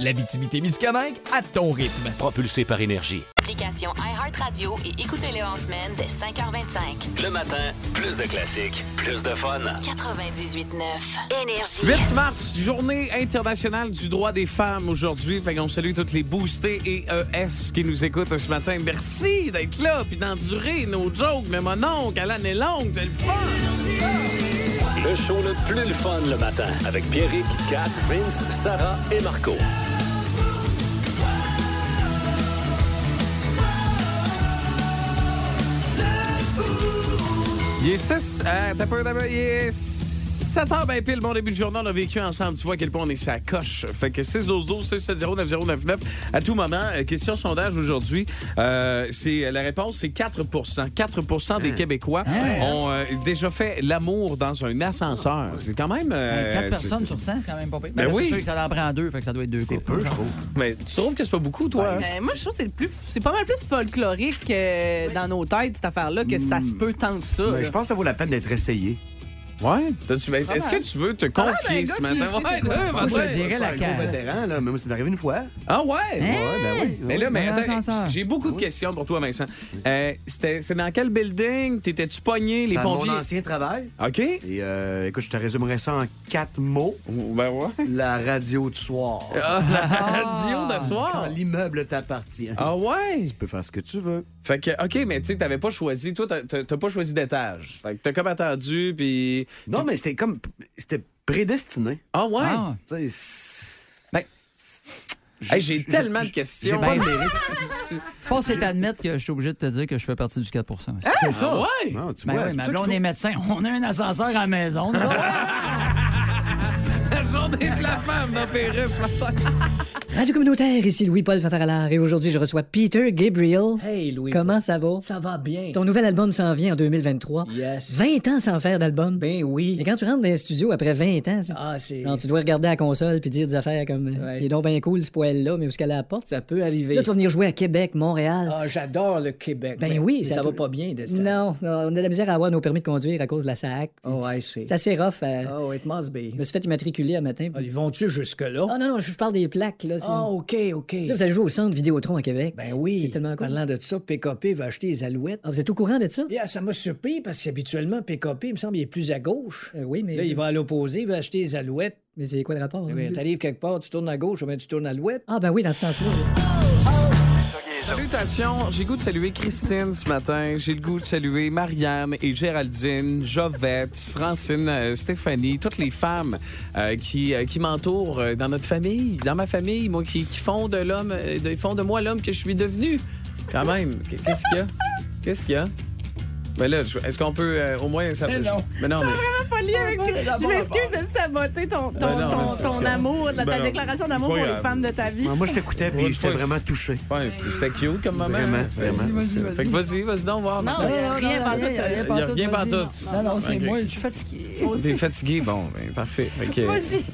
K: L'Abitibi-Témiscamingue à ton rythme.
B: Propulsé par énergie.
A: Application iHeartRadio et écoutez-le en semaine dès 5h25.
B: Le matin, plus de classiques, plus de fun.
A: 98.9. Énergie.
C: 8 mars, journée internationale du droit des femmes aujourd'hui. Fait qu'on salue toutes les boostées et ES qui nous écoutent ce matin. Merci d'être là puis d'endurer nos jokes. Mais mon oncle, Alan est longue, c'est le fun.
B: Le show le plus le fun le matin avec Pierrick, Kat, Vince, Sarah et Marco.
C: Il est 6. t'as peur, t'as peur. Il est 7 h ben pile, bon début de journée. On a vécu ensemble. Tu vois à quel point on est sa coche. Fait que 6 12 12 6 7 0 9 0 9 9. À tout moment, euh, question sondage aujourd'hui. Euh, c'est, la réponse, c'est 4 4
G: Hein?
C: des Québécois ont euh, déjà fait l'amour dans un ascenseur. C'est quand même. euh,
G: Quatre
C: c'est-
G: personnes sur 100, c'est quand même pas pire.
C: Ben
G: là,
C: oui.
G: C'est sûr que ça en prend deux, fait que ça doit être deux
J: C'est
G: couples.
J: peu, je trouve.
C: Mais tu trouves que c'est pas beaucoup, toi? hein?
E: Euh, moi, je trouve que c'est le plus- c'est pas mal plus folklorique euh, dans nos têtes, cette affaire-là, que ça se peut tant que ça.
J: Mais
E: là.
J: je pense que ça vaut la peine d'être essayé.
C: Ouais. T'as-tu- ben, est-ce que tu veux te confier
E: ben,
C: ce
E: gars qui
C: matin?
E: le sait,
C: Ouais,
E: c'est quoi?
C: ouais,
G: Moi, je
C: ouais.
G: te dirais la
J: Gros
G: carte.
J: vétéran, là, mais moi, c'est arrivé une fois.
C: Ah ouais?
J: Ouais, ben oui.
C: Mais là, mais
G: Hein? Dans
C: attends,
G: l'ascenseur.
C: j'ai beaucoup de questions pour toi, Vincent. Euh, c'était, c'est dans quel building? T'étais-tu pogné, les
J: Dans mon
C: pompiers?
J: ancien travail.
C: OK.
J: Et euh, écoute, je te résumerai ça en quatre mots.
C: Ben ouais.
J: La radio de soir.
C: Ah, la radio
E: Ah.
C: de
J: Quand
C: soir.
J: l'immeuble t'appartient.
C: Ah ouais?
J: Tu peux faire ce que tu veux.
C: Fait que, OK, mais tu sais, t'avais pas choisi, toi, t'as, t'as- t'as pas choisi d'étage. Fait que t'as comme attendu, puis...
J: Non, mais c'était comme. C'était prédestiné.
C: Ah ouais?
G: Ah.
J: Tu sais, c'est-
G: Ben,
C: Hey, j'ai tellement de questions.
G: j'ai bien Force est d'admettre que je suis obligé de te dire que je fais partie du 4 aussi.
C: c'est ça? Ah, ouais?
J: Non, tu
G: Ah, Ben
J: vois,
G: oui,
J: c'est
G: mais
J: ça que
G: là,
J: je
G: on est médecin. On a un ascenseur à la maison. nous autres.
C: La journée de la femme dans Pérus ce matin.
L: Radio communautaire, ici Louis-Paul Fafaralard et aujourd'hui je reçois Peter Gabriel.
I: Hey, Louis.
L: Comment ça va?
I: Ça va bien.
L: Ton nouvel album s'en vient en 2023.
I: Yes.
L: 20 ans sans faire d'album.
I: Ben oui.
L: Et quand tu rentres dans un studio après 20 ans, c'est-
I: Ah, c'est.
L: genre, tu dois regarder la console puis dire des affaires comme euh,
I: Ouais.
L: Il est donc bien cool ce poêle-là, mais où est-ce qu'elle est à la porte?
I: Ça peut arriver.
L: Là, tu vas venir jouer à Québec, Montréal.
I: Ah, j'adore le Québec.
L: Ben
I: mais-
L: oui,
I: mais
L: ça
I: ça va
L: tou-
I: pas bien, de ce temps.
L: non, on a de la misère à avoir nos permis de conduire à cause de la SAC.
I: Oh, I see.
L: C'est assez rough. euh,
I: Oh, it must be.
L: Je me suis fait immatriculer un matin.
I: Ah,
L: puis-
I: ils vont-tu jusque-là?
L: Ah non, non, je parle des plaques. Là, c'est-
I: Ah, OK, OK.
L: Là, vous allez jouer au centre Vidéotron à Québec.
I: Ben oui.
L: C'est tellement cool.
I: Parlant de ça, PKP va acheter les alouettes.
L: Ah, vous êtes au courant de ça?
I: Yeah, ça m'a surpris parce qu'habituellement, PKP, il me semble, il est plus à gauche.
L: Euh, oui, mais.
I: Là, il va à l'opposé, il va acheter les alouettes. Eh ben,
L: Mais c'est quoi le rapport? hein? ben
I: Oui, T'arrives quelque part, tu tournes à gauche, ou bien tu tournes à l'ouette.
L: Ah, ben oui, dans ce sens-là.
C: Salutations, j'ai le goût de saluer Christine ce matin, j'ai le goût de saluer Marianne et Géraldine, Jovette, Francine, euh, Stéphanie, toutes les femmes euh, qui, euh, qui m'entourent euh, dans notre famille, dans ma famille, moi qui, qui font de l'homme, euh, de- font de moi l'homme que je suis devenu. Quand même, Qu- qu'est-ce qu'il y a Qu'est-ce qu'il y a Ben là, je- est-ce qu'on peut euh, au moins ça
E: Mais Eh non.
C: Mais non,
E: Ça a
C: mais-
E: vraiment pas lié avec ça. Je m'excuse de saboter ton, ton,
C: Ben non,
E: ton-
C: mais c'est
E: ton
C: parce que-
E: amour, ta
C: Ben non,
E: déclaration
C: c'est
E: d'amour
C: pas
E: pour les
C: grave.
E: femmes de ta vie.
J: Moi, je t'écoutais puis j'étais vraiment touché.
C: Ouais, c'était cute comme moment.
J: Vraiment,
C: hein?
J: vraiment.
C: Vas-y, vas-y, Fait que vas-y, vas-y donc voir.
E: Non,
C: Martin.
E: il y a rien
G: non,
E: pantoute,
G: il y a rien
E: euh,
C: Il y a rien
G: vas-y,
C: pantoute.
G: Non, non, c'est
C: Ok.
G: moi, je suis fatigué.
C: T'es fatigué, bon, ben, parfait. Fait que-
G: Vas-y.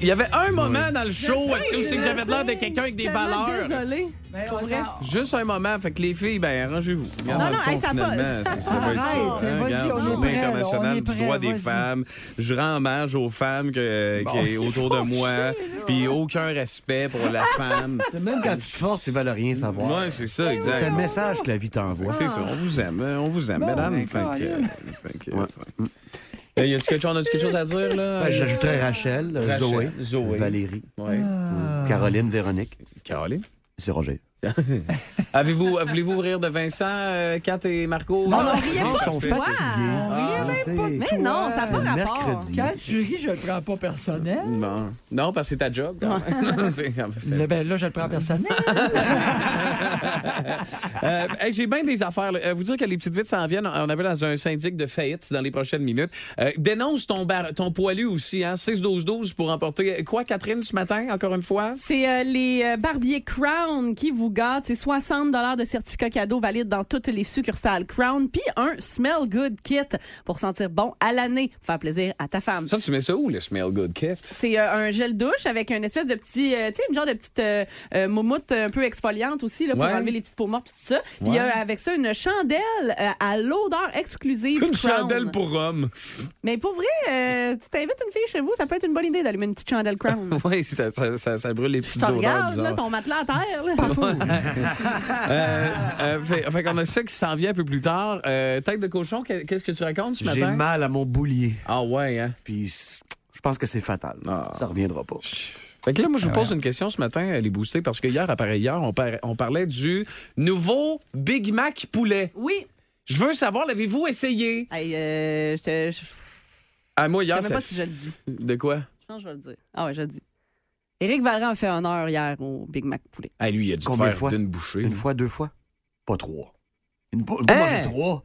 C: Il y avait un moment dans le show où
E: Je sais,
C: est-ce que c'est que
E: je
C: j'avais l'air de
E: sais,
C: quelqu'un avec des
E: je suis tellement
C: valeurs.
E: Désolée.
G: Ben,
E: Pour vrai.
C: Juste un moment, fait que les filles, ben arrangez-vous. Regarde,
E: Non,
C: dans le
E: non,
C: fond,
E: hey, ça
C: finalement,
E: passe.
C: ça, ça va être ça. hein,
E: Arrête, vas-y,
C: regarde,
E: on est
C: Journée
E: prêt, là,
C: internationale
E: on est
C: du
E: prêt,
C: droit des
E: vas-y.
C: femmes. Je rends hommage aux femmes que, qui est autour de moi, puis aucun respect pour la femme.
J: C'est Même quand tu te forces, ils veulent rien savoir.
C: Ouais, c'est ça, exact.
J: C'est un message que la vie t'envoie.
C: C'est ça, on vous aime, hein, on vous aime,
J: Bon,
C: mesdames.
J: ben,
C: Fait que,
J: Caroline.
C: fait que- Euh, y a-tu quelque chose- on a-tu quelque chose à dire, là?
J: Ben, J'ajouterais Rachel, euh,
C: Rachel,
J: Zoé,
C: Zoé.
J: Valérie,
C: Ouais.
J: euh, Caroline, Véronique.
C: Caroline?
J: C'est Roger.
C: Avez-vous, voulez-vous rire de Vincent, euh, Kat et Marco?
G: Non, non, riez pas.
J: Ils sont
G: Wow.
J: fatigués.
C: Ah,
G: On riait même Ah, pas de
E: Mais
G: toi.
E: non, ça
J: C'est pas rapport. mercredi.
G: Quand tu ris, je le prends pas personnel.
C: Bon. Non, parce que c'est ta job. quand même. C'est- c'est-
G: Là, ben, là, je le prends personnel.
C: Euh, hey, J'ai bien des affaires. là. Euh, vous dire que les petites vites s'en viennent. On appelle dans un syndic de faillite dans les prochaines minutes. Euh, dénonce ton, bar- ton poilu aussi, hein? 6-12-12 pour emporter. Quoi, Catherine, ce matin, encore une fois?
E: C'est euh, les euh, barbiers Crown qui vous gâtent. C'est 60 de certificat cadeau valide dans toutes les succursales Crown. Puis un Smell Good Kit pour sentir bon à l'année. Faire plaisir à ta femme.
C: Ça, tu mets ça où, le Smell Good Kit?
E: C'est euh, un gel douche avec une espèce de petit, euh, tu sais, une genre de petite euh, euh, moumoute un peu exfoliante aussi là, pour
C: Ouais.
E: enlever les petites peaux mortes tout ça. Puis
C: Ouais.
E: euh, avec ça une chandelle euh, à l'odeur exclusive.
C: Une
E: Crown.
C: chandelle pour homme.
E: Mais pour vrai, euh, tu t'invites une fille chez vous, ça peut être une bonne idée d'allumer une petite chandelle Crown.
C: oui, ça, ça- ça- ça brûle les
E: Tu
C: petites
E: te
C: odeurs
E: regardes,
C: bizarres.
E: là, ton matelas à terre. là.
C: Euh, euh, fait, fait qu'on a ça qui s'en vient un peu plus tard. Euh, tête de cochon, qu'est- qu'est-ce que tu racontes ce
J: J'ai
C: matin?
J: mal à mon boulier.
C: Ah ouais, hein? Ah.
J: Puis c- je pense que c'est fatal. Ça reviendra pas. Ah
C: Fait que là, moi, je vous pose une question ce matin, euh, les boostés, parce que hier, à pareille hier, on, par- on parlait du nouveau Big Mac poulet.
E: Oui.
C: Je veux savoir, l'avez-vous essayé?
E: Hey, euh, je te- je-
C: Ah, moi,
E: je
C: hier,
E: sais
C: ça-
E: même pas si je le dis.
C: De quoi?
E: Je pense que je vais le dire. Ah ouais, je le dis. Éric Valran a fait honneur hier au Big Mac poulet.
C: Ah, lui, il a dû
J: Combien de
C: faire
J: fois?
C: d'une bouchée.
J: Une fois, deux fois? Pas trois. Une fois, j'ai
C: Hein?
J: mangé trois.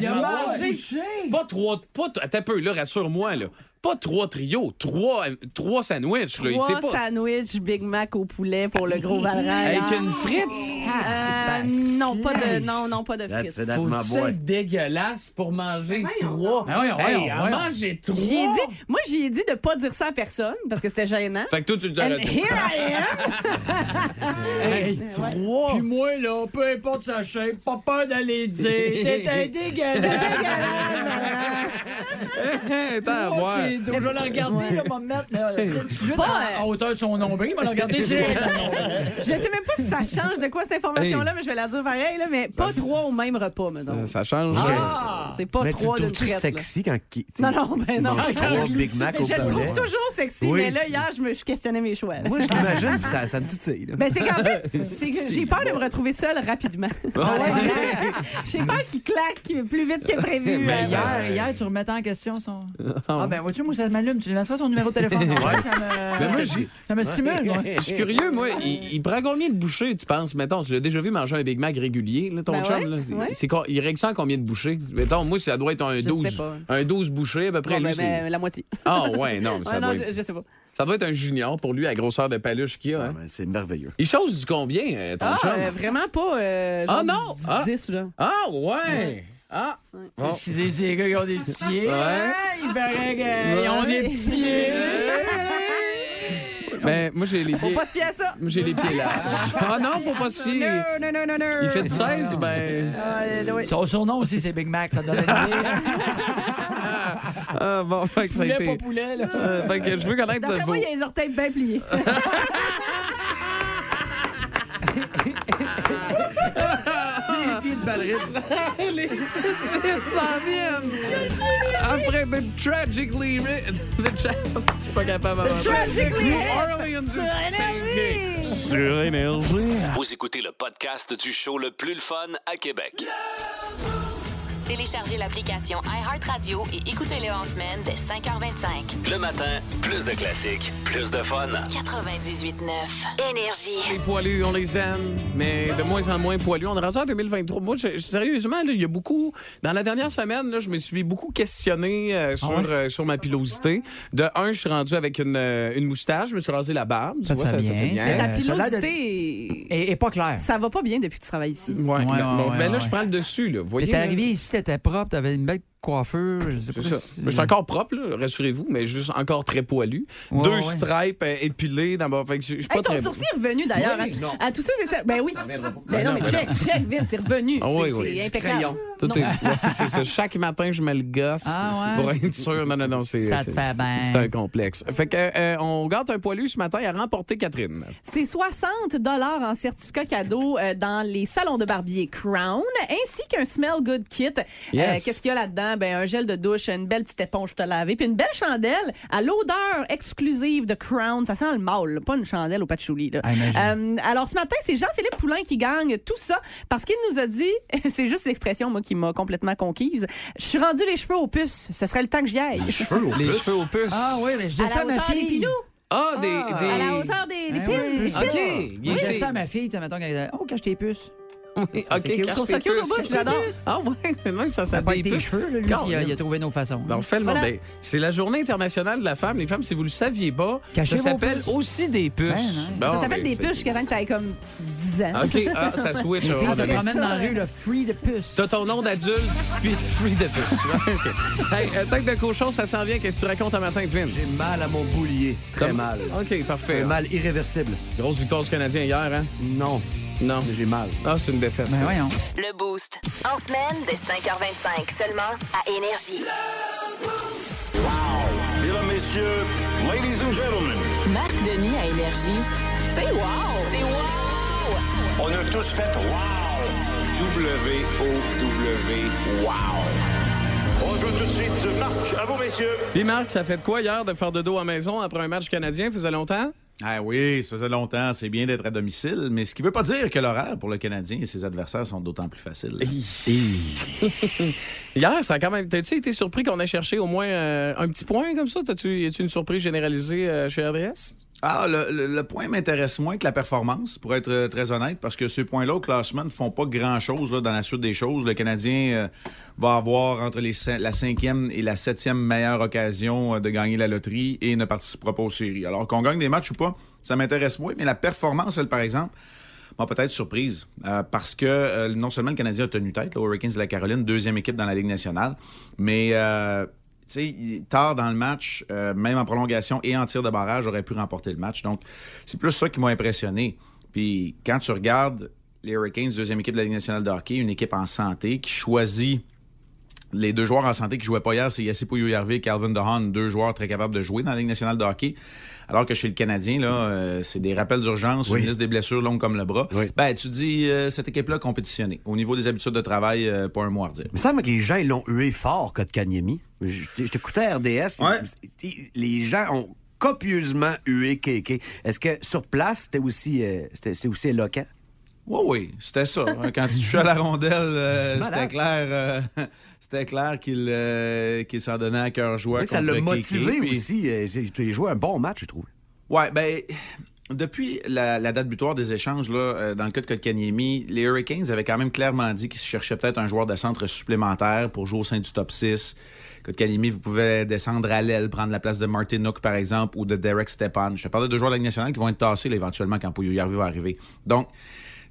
C: Il a mangé. Pas trois. Pas, t- attends un peu, là, rassure-moi, là. Pas trois trios, trois, euh, trois sandwichs, là. Il
E: Trois
C: sait pas.
E: sandwichs Big Mac au poulet pour le gros Valran.
C: Avec
E: hier.
C: une frite.
E: Euh, non, pas de, non, non, pas de frites.
J: That's- that's my
C: Faut-tu
J: boy.
C: être dégueulasse pour manger trois?
F: Ben voyons,
C: Hey,
F: voyons,
C: en
F: voyons.
C: manger trois.
E: J'y ai dit, moi, j'ai dit de pas dire ça à personne parce que c'était gênant. hein?
C: Fait que toi, tu le dis à
E: And
C: la
E: here I am!
F: Hey,
G: ben
C: Trois.
F: Puis moi, là, peu importe sa shape, pas peur d'aller dire. T'es un dégueulasse.
D: Eh ben,
C: Attends,
F: Moi,
C: voir.
F: c'est drôle. Je vais le regarder, là, va me mettre là, tu sais, tout de suite à à hauteur de son nombril, il va le regarder. c'est-
E: Je sais même pas si ça change de quoi cette information-là, mais je vais la dire pareil, là, mais pas trois au même repas, maintenant.
C: Euh, Ça change.
F: Ah!
E: C'est pas
J: mais tu
E: trois d'une
J: trouves-tu
E: traite. là.
J: sexy quand qui- tu
E: Non, non, ben non.
J: manges trois Big Mac au
E: Je le
J: poulet?
E: trouve toujours sexy,
J: Oui.
E: mais là, hier, je me je questionnais mes choix. là.
J: Moi, je l'imagine, puis ça, ça me titille. là.
E: Ben, c'est qu'en fait, c'est que j'ai peur de me retrouver seule rapidement.
C: Ah,
E: j'ai peur qu'il claque plus vite que prévu.
C: Mais
E: euh,
G: Hier, hier, tu remettais en question son. Ah, ben, vois-tu, moi, ça m'allume. Tu lui lanceras son numéro de téléphone. Ça
C: Ben, moi,
G: me,
C: je-
G: ça me stimule, moi.
C: Je suis curieux, moi. Il, il prend combien de bouchées, tu penses? Mettons, tu l'as déjà vu manger un Big Mac régulier, là, ton
E: Ben
C: chum.
E: ouais,
C: là.
E: ouais.
C: C'est quoi- il règle ça en combien de bouchées? Mettons, moi, ça doit être un
E: Je
C: 12.
E: sais pas.
C: Un 12 bouchées, à peu près.
E: bon, ben,
C: lui,
E: ben,
C: c'est-
E: la moitié.
C: Ah, ouais, non, mais ça,
E: Ouais, non,
C: doit
E: je,
C: être...
E: je sais pas.
C: ça doit être un junior pour lui, à grosseur de paluche qu'il a.
J: Ah,
C: hein.
J: ben, C'est merveilleux.
C: Il chose du combien, euh, ton
E: Ah,
C: chum?
E: euh, vraiment pas. euh, genre
C: Ah, non!
E: du- du
C: Ah.
E: 10, genre.
C: Ah, ouais! Ah! Bon.
F: C'est- C'est c'est les gars qui ont des petits pieds.
C: Ouais.
F: hein, Ils paraît
C: Ah.
F: qu'ils ont des petits pieds.
C: Ben, moi, j'ai les
E: Faut
C: pieds.
E: pas se fier à ça.
C: Moi, J'ai les pieds larges. Ah non, faut pas se fier.
E: Non, non, non, non, non.
C: Il fait du 16, ben.
E: Ah, euh, oui.
F: Son surnom aussi, c'est Big Mac. Ça donne une idée.
C: Ah, bon, fait que ça a
F: Poulet, pas
C: été.
F: poulet, là.
C: Euh, fait que je veux connaître
E: D'après
C: vos-
E: moi, il a les orteils bien pliés.
C: Ah.
F: Puis
C: petites ballerines. les petites ballerines s'en viennent. Après The Tragically Ri- The Tra- C'est pas capable
B: The
C: avant.
B: Tragically
C: New
B: Hip
C: Orleans
B: sur
C: is
B: Énergie.
C: singing. Sur Énergie.
B: Vous écoutez le podcast du show le plus le fun à Québec.
A: Téléchargez l'application iHeartRadio et écoutez-le en semaine dès 5h25.
B: Le matin, plus de classiques, plus de fun.
A: 98.9 Énergie.
C: Les poilus, on les aime, mais de moins en moins poilus. On est rendu en 2023. Moi, je- je- sérieusement, là, il y a beaucoup. Dans la dernière semaine, là, je me suis beaucoup questionné euh, sur,
G: Ah ouais?
C: euh, sur ma pilosité. De un, je suis rendu avec une, euh, une moustache, je me suis rasé la barbe. tu
G: Ça te
C: vois,
G: fait bien,
E: Mais ta
G: Euh, t'as l'air de-
E: pilosité,
G: Et, et pas clair.
E: ça va pas bien depuis que tu travailles ici.
C: Ouais,
G: Ouais,
C: mais-
G: ouais,
C: bon,
G: ouais,
C: ben là,
G: ouais.
C: je prends le dessus, là. Vous voyez,
G: T'es
C: là,
G: arrivé ici, t'étais propre, t'avais une belle coiffure. Je sais pas
C: C'est ça.
G: si-
C: Mais Je suis encore propre, là, rassurez-vous, mais juste encore très poilu.
G: Ouais,
C: Deux
G: ouais.
C: stripes euh, épilées dans mon. Fait que je je suis pas
E: Hey, ton
C: très beau.
E: sourcil est revenu d'ailleurs.
C: Oui,
E: à-
C: non.
E: à, tous ceux et celles- Ben oui. Ben
C: Ben
E: non,
C: non,
E: mais
C: ben
E: check,
C: non.
E: check, vite, c'est revenu.
C: Ah oui,
E: C'est-
C: oui.
E: C'est
C: Du
E: impeccable.
C: Tout
E: Non.
C: est- ouais, c'est ça. Chaque matin, je mets le gosse
E: Ah ouais?
C: pour être sûr. Non, non, non, c'est
E: Ça te
C: c'est-
E: fait bien.
C: c'est un complexe. Fait que euh, on garde un poilu ce matin à remporter Catherine.
E: C'est 60 dollars en certificat cadeau euh, dans les salons de barbier Crown, ainsi qu'un Smell Good Kit. Euh,
C: Yes.
E: Qu'est-ce qu'il y a là-dedans Ben un gel de douche, une belle petite éponge pour te laver, puis une belle chandelle à l'odeur exclusive de Crown. Ça sent le mâle, là, pas une chandelle au patchouli. là.
G: Ah,
E: Euh, alors ce matin, c'est Jean-Philippe Poulain qui gagne tout ça parce qu'il nous a dit, c'est juste l'expression moi qui m'a complètement conquise. Je suis rendu les cheveux aux puces. Ce serait le temps que j'y aille. Les cheveux
C: aux Les puces? cheveux aux puces.
G: Ah oui, mais je dis
E: À
G: ça à
E: la
G: ma
E: hauteur des
G: fille.
E: pilous.
C: Ah, des. des...
E: À la hauteur des
G: Ah
E: des
G: oui,
E: fils.
G: plus
E: des
G: ça.
E: fils.
C: Ok.
G: Moi, je
C: Oui.
G: dis ça à ma fille, tu sais, mettons qu'elle disait, Oh, cache tes puces.
C: Oui,
G: Ça, c'est
C: ok,
G: cute.
C: cache
G: Je trouve ça
C: tes
G: cute au
C: puces.
G: bout, j'adore.
C: Ah ouais, même ça, ça
G: pas
C: des
G: été les
C: puces.
G: cheveux, là, lui,
C: Car-
G: il a, il a trouvé nos façons.
C: Ben, on fait le monde.
G: Voilà.
C: Ben, c'est la journée internationale de la femme. Les femmes, si vous le saviez pas,
G: Cachez vos
C: ça s'appelle
G: puces.
C: aussi des puces. Bon,
E: hein. ça s'appelle
C: ben,
E: des
C: c'est-
E: puces jusqu'à temps que t'aies comme 10 ans.
C: OK, ah, ça switch.
G: Les
C: à un
G: filles
C: moment
G: se
C: donné.
G: promènent dans la rue, le free de puces.
C: T'as ton nom d'adulte, puis t'es free de puce. Ouais, OK. Hey, euh, tête de cochon, ça s'en vient. Qu'est-ce que tu racontes un matin, Vince? J'ai
J: mal à mon boulier. Très
C: T'as-
J: mal.
C: OK, parfait.
J: Un mal irréversible.
C: Grosse victoire du Canadien hier, hein?
J: Non.
C: Non.
J: J'ai mal.
C: Ah, c'est une défaite.
J: Ben
C: ça.
J: voyons.
A: Le Boost. En semaine dès 5h25 seulement à Énergie.
M: Mesdames, Messieurs, ladies and gentlemen,
A: Marc Denis à Énergie. C'est wow! C'est wow!
M: on a tous fait wow! W-O-W, wow! On se joue tout de suite. Marc, à vous, messieurs.
C: Puis Marc, ça fait de quoi hier de faire de dos à maison après un match canadien? Faisait longtemps?
N: Ah oui, ça faisait longtemps, c'est bien d'être à domicile, mais ce qui ne veut pas dire que l'horaire pour le Canadien et ses adversaires sont d'autant plus faciles.
C: Hier, ça a quand même. T'as-tu été surpris qu'on ait cherché au moins euh, un petit point comme ça? T'as-tu y tu une surprise généralisée euh, chez RDS?
N: Ah, le, le- le point m'intéresse moins que la performance, pour être euh, très honnête, parce que ces points-là au classement ne font pas grand-chose là, dans la suite des choses. Le Canadien euh, va avoir entre les cin- la cinquième et la septième meilleure occasion euh, de gagner la loterie et ne participera pas aux séries. Alors qu'on gagne des matchs ou pas, ça m'intéresse moins, mais la performance, elle, par exemple, m'a peut-être surprise euh, parce que euh, non seulement le Canadien a tenu tête, les Hurricanes de la Caroline, deuxième équipe dans la Ligue nationale, mais euh, tu sais, il- tard dans le match, euh, même en prolongation et en tir de barrage, aurait pu remporter le match. Donc, c'est plus ça qui m'a impressionné. Puis quand tu regardes les Hurricanes, deuxième équipe de la Ligue nationale de hockey, une équipe en santé qui choisit les deux joueurs en santé qui jouaient pas hier, c'est Yassine Pouillot-Hervé et Calvin DeHaan, deux joueurs très capables de jouer dans la Ligue nationale de hockey. Alors que chez le Canadien, là, euh, c'est des rappels d'urgence, une liste des blessures longue comme le bras. Ben, tu dis, euh, cette équipe-là compétitionnée. Au niveau des habitudes de travail, euh, pas un mot à redire.
J: Il me semble que les gens ils l'ont hué fort, Kotkaniemi. Je je t'écoutais à RDS. puis c'est- Les gens ont copieusement hué Kéké. Est-ce que sur place, c'était aussi, euh, c'était c'était aussi éloquent?
N: Oui, oui, c'était ça. Hein, Quand il touchait à la rondelle, euh,
J: Malade.
N: c'était clair, euh, c'était clair qu'il euh, qu'il s'en donnait à cœur joie.
J: Fait que ça
N: contre
J: l'a
N: Keke,
J: motivé
N: puis-
J: aussi. euh, j'ai- Tu as joué un bon match, je trouve.
N: Ouais, ben depuis la, la date butoir des échanges là, euh, dans le cas de Kotkaniemi, les Hurricanes avaient quand même clairement dit qu'ils se cherchaient peut-être un joueur de centre supplémentaire pour jouer au sein du top 6. Kotkaniemi, vous pouvez descendre à l'aile, prendre la place de Martin Nook, par exemple, ou de Derek Stepan. Je te parlais de joueurs de la Ligue nationale qui vont être tassés là, éventuellement quand Pouillou-Yarvi va arriver. Donc,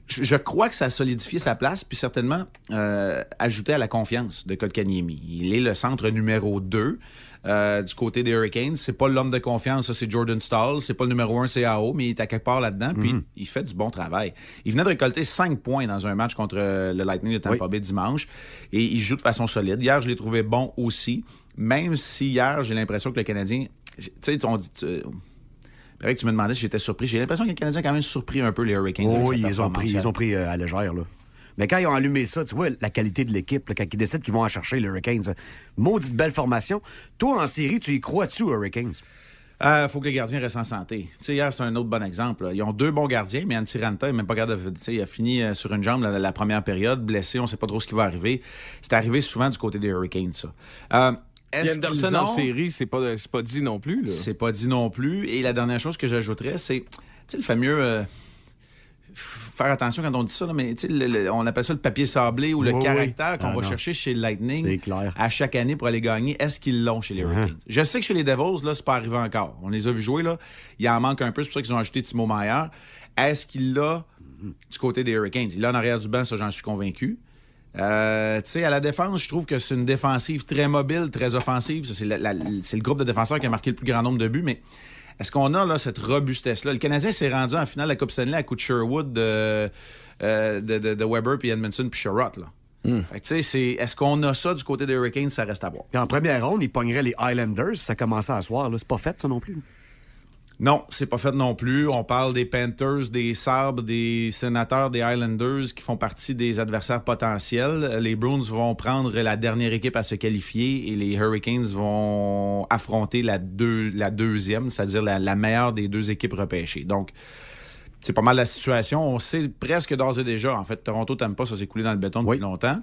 N: je je crois que ça a solidifié sa place, puis certainement euh, ajouté à la confiance de Kotkaniemi. Il est le centre numéro 2 euh, du côté des Hurricanes. C'est pas l'homme de confiance, ça, c'est Jordan Stahl. C'est pas le numéro 1 CAO, mais il est à quelque part là-dedans, puis
J: Mhm.
N: il fait du bon travail. Il venait de récolter 5 points dans un match contre euh, le Lightning de Tampa Bay dimanche, et il joue de façon solide. Hier, je l'ai trouvé bon aussi, même si hier, j'ai l'impression que le Canadien... Tu sais, on dit... tu- Pareil que tu me demandais si j'étais surpris. J'ai l'impression que le Canadien a quand même surpris un peu les Hurricanes. avec
J: Oh,
N: sa
J: ils ont
N: performance
J: pris,
N: hier.
J: ils ont pris euh, à légère, là. Mais quand ils ont allumé ça, tu vois la qualité de l'équipe, là, quand ils décident qu'ils vont en chercher les Hurricanes. Maudite belle formation. Toi, en série, tu y crois-tu, aux Hurricanes?
N: Il Euh, faut que les gardiens restent en santé. Tu sais, hier, c'est un autre bon exemple. là. Ils ont deux bons gardiens, mais Antiranta n'est même pas capable de. tu sais, Il a fini euh, sur une jambe la, la première période, blessé, on ne sait pas trop ce qui va arriver. C'est arrivé souvent du côté des Hurricanes, ça. Euh, est-ce
C: Anderson
N: qu'ils
C: en
N: ont-
C: série, c'est pas, c'est pas dit non plus. là.
N: C'est pas dit non plus. Et la dernière chose que j'ajouterais, c'est, tu sais, le fameux. euh, f- faire attention quand on dit ça, là, mais tu sais, le- le- on appelle ça le papier sablé ou le
J: Oui, oui.
N: caractère qu'on
J: Ah,
N: va
J: non.
N: chercher chez le Lightning à chaque année pour aller gagner. Est-ce qu'ils l'ont chez les Hurricanes? Je sais que chez les Devils, là, c'est pas arrivé encore. On les a vus jouer, là. Il en manque un peu, c'est pour ça qu'ils ont ajouté Timo Meyer. Est-ce qu'il l'a du côté des Hurricanes? Il l'a en arrière du banc, ça, j'en suis convaincu. Euh, tu sais, à la défense, je trouve que c'est une défensive très mobile, très offensive. Ça, C'est la- la- c'est le groupe de défenseurs qui a marqué le plus grand nombre de buts, mais est-ce qu'on a là, cette robustesse-là? Le Canadien s'est rendu en finale de la Coupe Stanley à coup de Sherwood, de, euh, de, de- de Weber, puis Edmondson, puis Sherrod. là. Fait que, tu sais, c'est- est-ce qu'on a ça du côté des Hurricanes? Ça reste à voir.
J: Hmm. Puis en première ronde, ils pogneraient les Islanders. Ça commençait à soir. là. C'est pas fait, ça non plus.
N: Non, c'est pas fait non plus. On parle des Panthers, des Sabres, des Sénateurs, des Islanders qui font partie des adversaires potentiels. Les Bruins vont prendre la dernière équipe à se qualifier et les Hurricanes vont affronter la, deux- la deuxième, c'est-à-dire la, la meilleure des deux équipes repêchées. Donc, c'est pas mal la situation. On sait presque d'ores et déjà. En fait, Toronto, t'aimes pas, ça s'est coulé dans le béton depuis longtemps.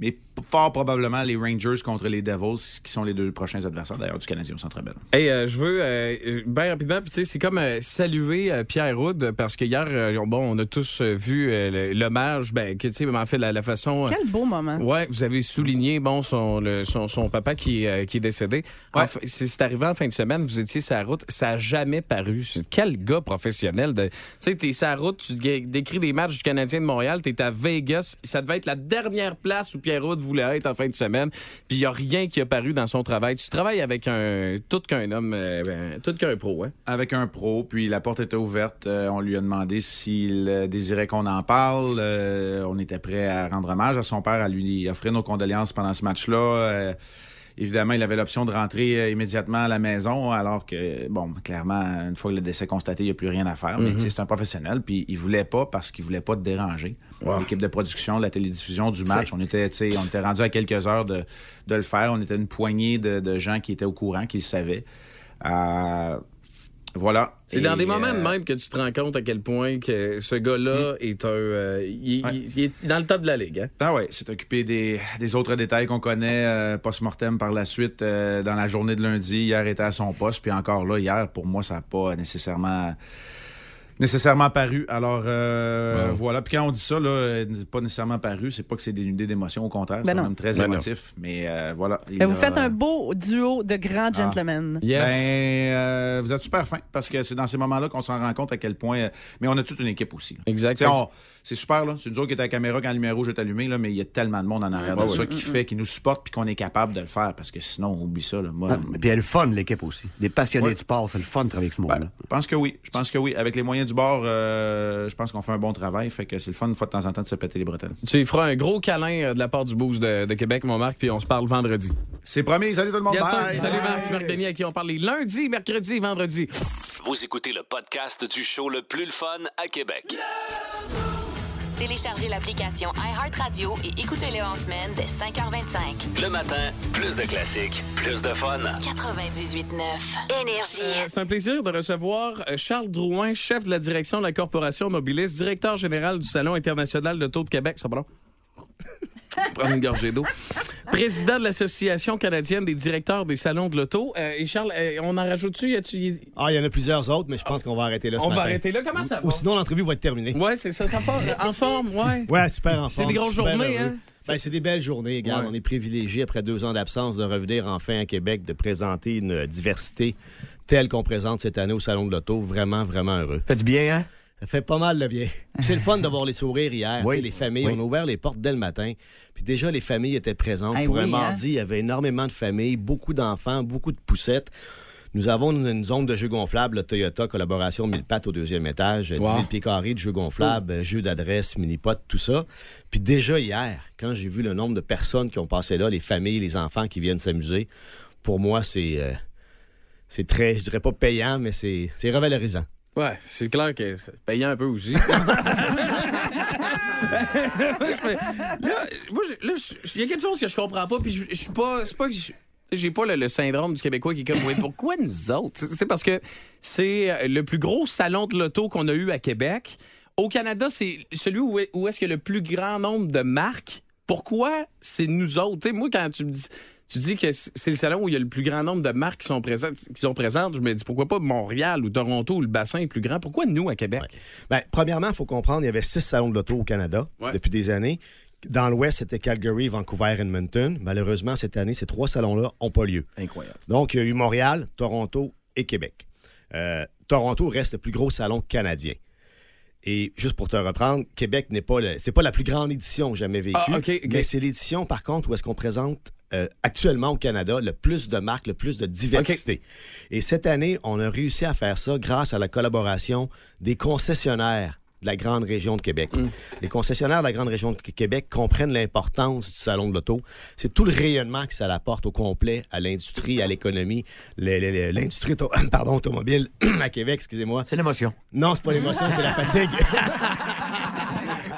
N: Mais p- fort probablement les Rangers contre les Devils, qui sont les deux prochains adversaires d'ailleurs du Canadien au Centre Bell.
C: Hey, euh, je veux bien rapidement, puis tu sais, c'est comme euh, saluer euh, Pierre Houd parce que hier, euh, bon, on a tous euh, vu euh, le- l'hommage, ben, que, tu sais, mais en fait, la, la façon. euh,
E: Quel beau
N: Hein?
E: moment.
C: Ouais, vous avez souligné bon son le- son, son papa qui, euh, qui est décédé. En fait, c'est c'est arrivé en fin de semaine, vous étiez sur la route, ça a jamais paru. C'est- Quel gars professionnel de tu sais t'es sur la route, tu dé- décris des matchs du Canadien de Montréal, t'es à Vegas, ça devait être la dernière place où Pierrot voulait être en fin de semaine, puis il y a rien qui a paru dans son travail. Tu travailles avec un tout qu'un homme euh, ben, tout qu'un pro, hein.
N: avec un pro, puis la porte était ouverte. Euh, on lui a demandé s'il euh, désirait qu'on en parle. Euh, on était prêt à rendre hommage à son père, à lui offrir nos condoléances pendant ce match-là. Euh, évidemment, il avait l'option de rentrer euh, immédiatement à la maison, alors que, bon, clairement, une fois le décès constaté, il n'y a plus rien à faire. Mais
C: Mhm.
N: tu sais, c'est un professionnel, puis il voulait pas parce qu'il voulait pas te déranger. L'équipe de production, la télédiffusion du match, on était, tu sais, on était rendu à quelques heures de, de le faire. On était une poignée de, de gens qui étaient au courant, qui le savaient. Euh, voilà.
C: C'est
N: Et,
C: dans des moments de
N: euh, Hmm.
C: même que tu te rends compte à quel point que ce gars-là est un euh, il- il- il est dans le top de la ligue, hein.
N: Ah ouais, c'est occupé des, des autres détails qu'on connaît euh, post-mortem par la suite euh, dans la journée de lundi. Hier était à son poste, puis encore là, hier, pour moi, ça n'a pas nécessairement nécessairement paru. Alors euh, voilà. Puis quand on dit ça, là, euh, pas nécessairement paru, c'est pas que c'est dénudé d'émotion, au contraire,
E: Ben
N: c'est
E: non.
N: même très
E: Ben non.
N: émotif. Mais euh, voilà. il
E: Ben, vous
N: a-
E: faites un beau duo de grands
N: Ah.
E: gentlemen.
N: Ben, euh, vous êtes super fin parce que c'est dans ces moments-là qu'on s'en rend compte à quel point. euh, mais on a toute une équipe aussi. là.
C: Exact.
N: Tu sais, on- C'est super, là. C'est nous autres qui est à la caméra quand le numéro rouge est allumé, là, mais il y a tellement de monde en arrière
J: Ouais,
N: de
J: ouais.
N: ça qui
J: Mm,
N: fait, qui nous supporte puis qu'on est capable de le faire parce que sinon, on oublie ça. Là. Moi,
J: Ah, Puis elle est fun, l'équipe aussi. C'est des passionnés de sport. C'est le fun de travailler avec ce monde-là.
N: je pense que oui. Je pense que oui. Avec les moyens du bord, euh, je pense qu'on fait un bon travail. Fait que c'est le fun une fois de temps en temps de se péter les bretelles.
C: Tu y feras un gros câlin euh, de la part du Boost de, de Québec, mon Marc, puis on se parle vendredi.
N: C'est promis. Salut tout le monde.
C: Yes, sir.
N: Bye.
C: Salut Marc, c'est Marc Denis à qui on parle les lundis, mercredis et vendredis.
B: Vous écoutez le podcast du show le plus le fun à Québec.
A: Téléchargez l'application iHeartRadio et écoutez-le en semaine dès 5h25.
B: Le matin, plus de classiques, plus de fun.
A: 98.9 Énergie.
C: Euh, C'est un plaisir de recevoir euh, Charles Drouin, chef de la direction de la Corporation Mobilis, directeur général du Salon international de taux de Québec. Ça va long? Prendre une gorgée d'eau. Président de l'Association canadienne des directeurs des salons de l'auto. Euh, et Charles, euh, on en rajoute-tu? Y a-tu- y-
O: Ah, il y en a plusieurs autres, mais je pense qu'on va arrêter là ce
C: On va
O: matin.
C: arrêter là, comment ça
O: Ou
C: va?
O: sinon, l'entrevue va être terminée.
C: Ouais, c'est ça, ça part. En forme, ouais.
O: Ouais, super en forme.
C: C'est des grosses
O: super
C: journées,
O: heureux.
C: hein?
O: Ben, c'est des belles journées, regarde.
C: Ouais.
O: On est privilégié après deux ans d'absence de revenir enfin à Québec, de présenter une diversité telle qu'on présente cette année au Salon de l'Auto. Vraiment, vraiment heureux. Fait du bien, hein? Ça fait pas mal de bien. C'est le fun de voir les sourires hier.
J: Oui.
O: tu sais, Les familles,
J: Oui.
O: on a ouvert les portes dès le matin. Puis déjà, les familles étaient présentes.
J: Eh
O: Pour un
J: oui, hein?
O: mardi, il y avait énormément de familles, beaucoup d'enfants, beaucoup de poussettes. Nous avons une, une zone de jeux gonflables, le Toyota collaboration 1000 pattes au deuxième étage, 10 000 pieds carrés de jeux gonflables, euh, jeux d'adresse, mini-potes, tout ça. Puis déjà hier, quand j'ai vu le nombre de personnes qui ont passé là, les familles, les enfants qui viennent s'amuser, pour moi, c'est euh, c'est très, je dirais pas payant, mais c'est
C: hein?
O: c'est revalorisant.
C: Ouais, c'est clair que c'est payant un peu aussi. là, moi, je- là, je- il y a quelque chose que je comprends pas, puis je je suis pas. C'est pas que je- j'ai pas le, le syndrome du Québécois qui est comme, ouais, pourquoi nous autres? C'est c'est parce que c'est euh, le plus gros salon de l'auto qu'on a eu à Québec. Au Canada, c'est celui où, est- où est-ce qu'il y a le plus grand nombre de marques. Pourquoi c'est nous autres? Tu sais, moi, quand tu me dis, tu dis que c'est c'est le salon où il y a le plus grand nombre de marques qui sont présentes, qui sont présentes je me dis, pourquoi pas Montréal ou Toronto où le bassin est plus grand? Pourquoi nous à Québec?
O: Ben, premièrement, il faut comprendre, il y avait six salons de l'auto au Canada
C: Ouais.
O: depuis des années. Dans l'Ouest, c'était Calgary, Vancouver, Edmonton. Malheureusement, cette année, ces trois salons-là n'ont pas lieu.
J: Incroyable.
O: Donc, il y a eu Montréal, Toronto et Québec. Euh, Toronto reste le plus gros salon canadien. Et juste pour te reprendre, Québec n'est pas le- c'est pas la plus grande édition jamais vécue,
C: Ah, ok, ok.
O: mais c'est l'édition par contre où est-ce qu'on présente euh, actuellement au Canada le plus de marques, le plus de diversité. Et cette année, on a réussi à faire ça grâce à la collaboration des concessionnaires de la grande région de Québec. Les concessionnaires de la grande région de Qu- Québec comprennent l'importance du salon de l'auto. C'est tout le rayonnement que ça apporte au complet à l'industrie, à l'économie, le- le- le- l'industrie auto- pardon, automobile à Québec, excusez-moi. C'est l'émotion. Non, c'est pas l'émotion, c'est la fatigue.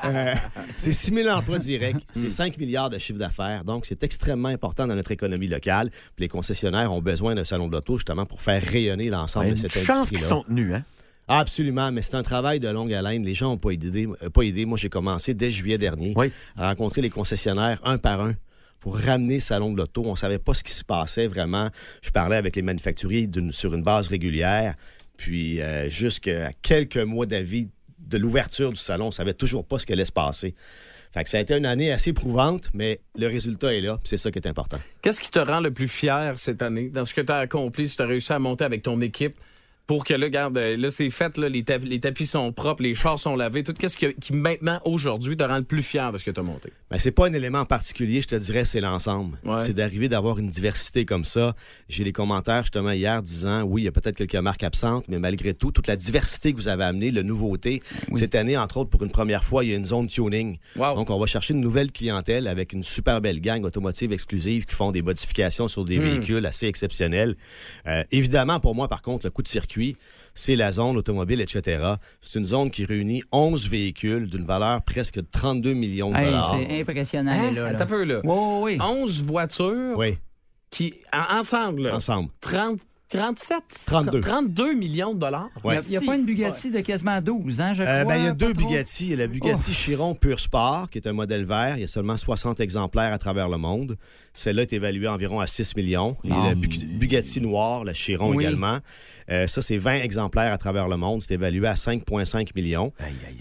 O: Euh, c'est 6 000 emplois directs, c'est 5 milliards de chiffre d'affaires. Donc, c'est extrêmement important dans notre économie locale. Puis les concessionnaires ont besoin d'un salon de l'auto justement pour faire rayonner l'ensemble
J: Ouais,
O: de
J: une
O: cette
J: chance qu'ils
O: industrie-là.
J: sont tenus, hein?
O: Absolument, mais c'est un travail de longue haleine. Les gens n'ont pas aidé. euh, Pas aidé. Moi, j'ai commencé dès juillet dernier à rencontrer les concessionnaires un par un pour ramener le salon de l'auto. On ne savait pas ce qui se passait vraiment. Je parlais avec les manufacturiers d'une- sur une base régulière. Puis, euh, jusqu'à quelques mois d'avis de l'ouverture du salon, on ne savait toujours pas ce qui allait se passer. Fait que ça a été une année assez éprouvante, mais le résultat est là. puis C'est ça qui est important.
C: Qu'est-ce qui te rend le plus fier cette année dans ce que tu as accompli, si tu as réussi à monter avec ton équipe pour que là, regarde, euh, là, c'est fait, là, les, ta- les tapis sont propres, les chars sont lavés, tout quest ce qui, qui, maintenant, aujourd'hui, te rend le plus fier de ce que tu as monté?
O: Ben, c'est pas un élément en particulier, je te dirais, c'est l'ensemble.
C: Ouais.
O: C'est d'arriver d'avoir une diversité comme ça. J'ai les commentaires justement hier disant oui, il y a peut-être quelques marques absentes, mais malgré tout, toute la diversité que vous avez amenée, la nouveauté. Cette année, entre autres, pour une première fois, il y a une zone tuning. Donc, on va chercher une nouvelle clientèle avec une super belle gang automotive exclusive qui font des modifications sur des
J: Hmm.
O: véhicules assez exceptionnels. Euh, évidemment, pour moi, par contre, le coup de circuit, c'est la zone automobile, etc. C'est une zone qui réunit 11 véhicules d'une valeur presque de 32 millions de
G: Hey,
O: dollars.
G: c'est impressionnant,
C: Hein?
G: les là, là.
C: Attends un peu, là. 11 voitures
O: Oui.
C: qui, en- ensemble, là,
O: Ensemble.
C: 30, 37,
O: 32.
C: 32 millions de dollars.
O: Ouais.
G: Il n'y a, pas une Bugatti de quasiment 12, hein, je crois.
O: Euh, ben, il y a
G: pas
O: deux
G: trop.
O: Bugatti. Il y a la Bugatti Chiron Pure Sport, qui est un modèle vert. Il y a seulement 60 exemplaires à travers le monde. Celle-là est évaluée à environ à 6 millions. Et
C: Ah.
O: la Bu- Bugatti Noire, la Chiron
J: Oui.
O: également. Euh, ça, c'est 20 exemplaires à travers le monde. C'est évalué à 5,5 millions.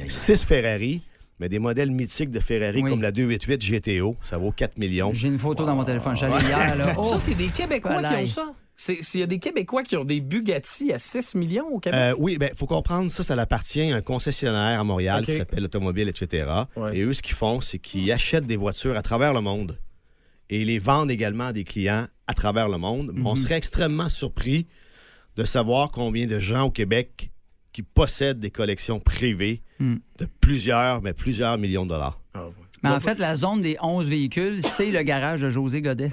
O: 6 Ferrari, mais des modèles mythiques de Ferrari comme la 288 GTO. Ça vaut 4 millions.
G: J'ai une photo dans mon téléphone, j'allais hier, là. Oh,
C: ça, c'est des Québécois qui ont
G: Colin.
C: ça. C'est- c'est- Il y a des Québécois qui ont des Bugatti à 6 millions au Québec.
O: Euh, oui, il faut comprendre ça, ça appartient à un concessionnaire à Montréal
C: Ok.
O: qui s'appelle Automobile, etc. Et eux, ce qu'ils font, c'est qu'ils achètent des voitures à travers le monde et les vendent également à des clients à travers le monde.
C: Mhm.
O: On serait extrêmement surpris de savoir combien de gens au Québec qui possèdent des collections privées
C: Hmm.
G: Mm.
O: de plusieurs, mais plusieurs millions de dollars.
C: Ah
G: Mais en fait, la zone des 11 véhicules, c'est le garage de José Godet.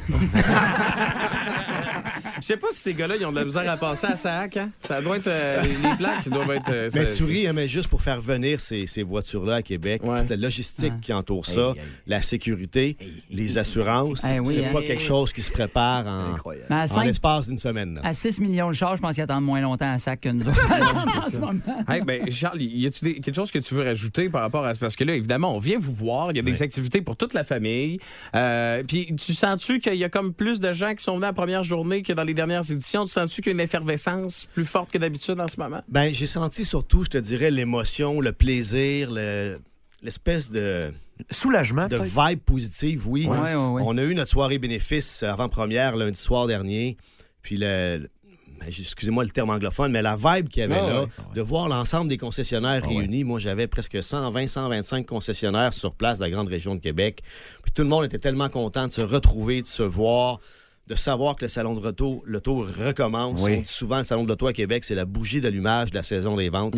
C: Je sais pas si ces gars-là, ils ont de la misère à passer à Sac. Hein? Ça doit être. euh, les plaques, qui doivent être. euh,
O: Mais
C: ça-
O: tu ris, hein, mais juste pour faire venir ces, ces voitures-là à Québec, toute la logistique qui entoure ça, la sécurité, les assurances,
G: Eh oui,
O: c'est
G: hein.
O: pas quelque chose qui se prépare en,
G: Mais
C: Ben,
G: à
O: en
G: cinq-
O: l'espace d'une semaine. là.
G: À 6 millions de chars, je pense qu'ils attendent moins longtemps à sac que nous autres. en ce moment.
C: Hey, ben, Charles, y a-tu des- quelque chose que tu veux rajouter par rapport à ça? Parce que là, évidemment, on vient vous voir. Il y a des activités pour toute la famille. Euh, Puis, tu sens-tu qu'il y a comme plus de gens qui sont venus la première journée que dans les dernières éditions? Tu sens-tu qu'il y a une effervescence plus forte que d'habitude en ce moment?
O: Ben, j'ai senti surtout, je te dirais, l'émotion, le plaisir, le- l'espèce de.
J: Soulagement,
O: De
J: peut-être.
O: vibe positive, oui.
J: Ouais, ouais, ouais.
O: On a eu notre soirée bénéfice avant-première lundi soir dernier. Puis, le, le- ben, excusez-moi le terme anglophone, mais la vibe qu'il y avait
J: Ouais,
O: là,
J: ouais. Ah,
O: de voir l'ensemble des concessionnaires réunis. Moi, j'avais presque 120, 125 concessionnaires sur place de la grande région de Québec. Puis tout le monde était tellement content de se retrouver, de se voir, de savoir que le salon de retour, le tour recommence.
J: Oui.
O: On dit souvent, le salon de l'auto à Québec, c'est la bougie d'allumage de la saison des ventes.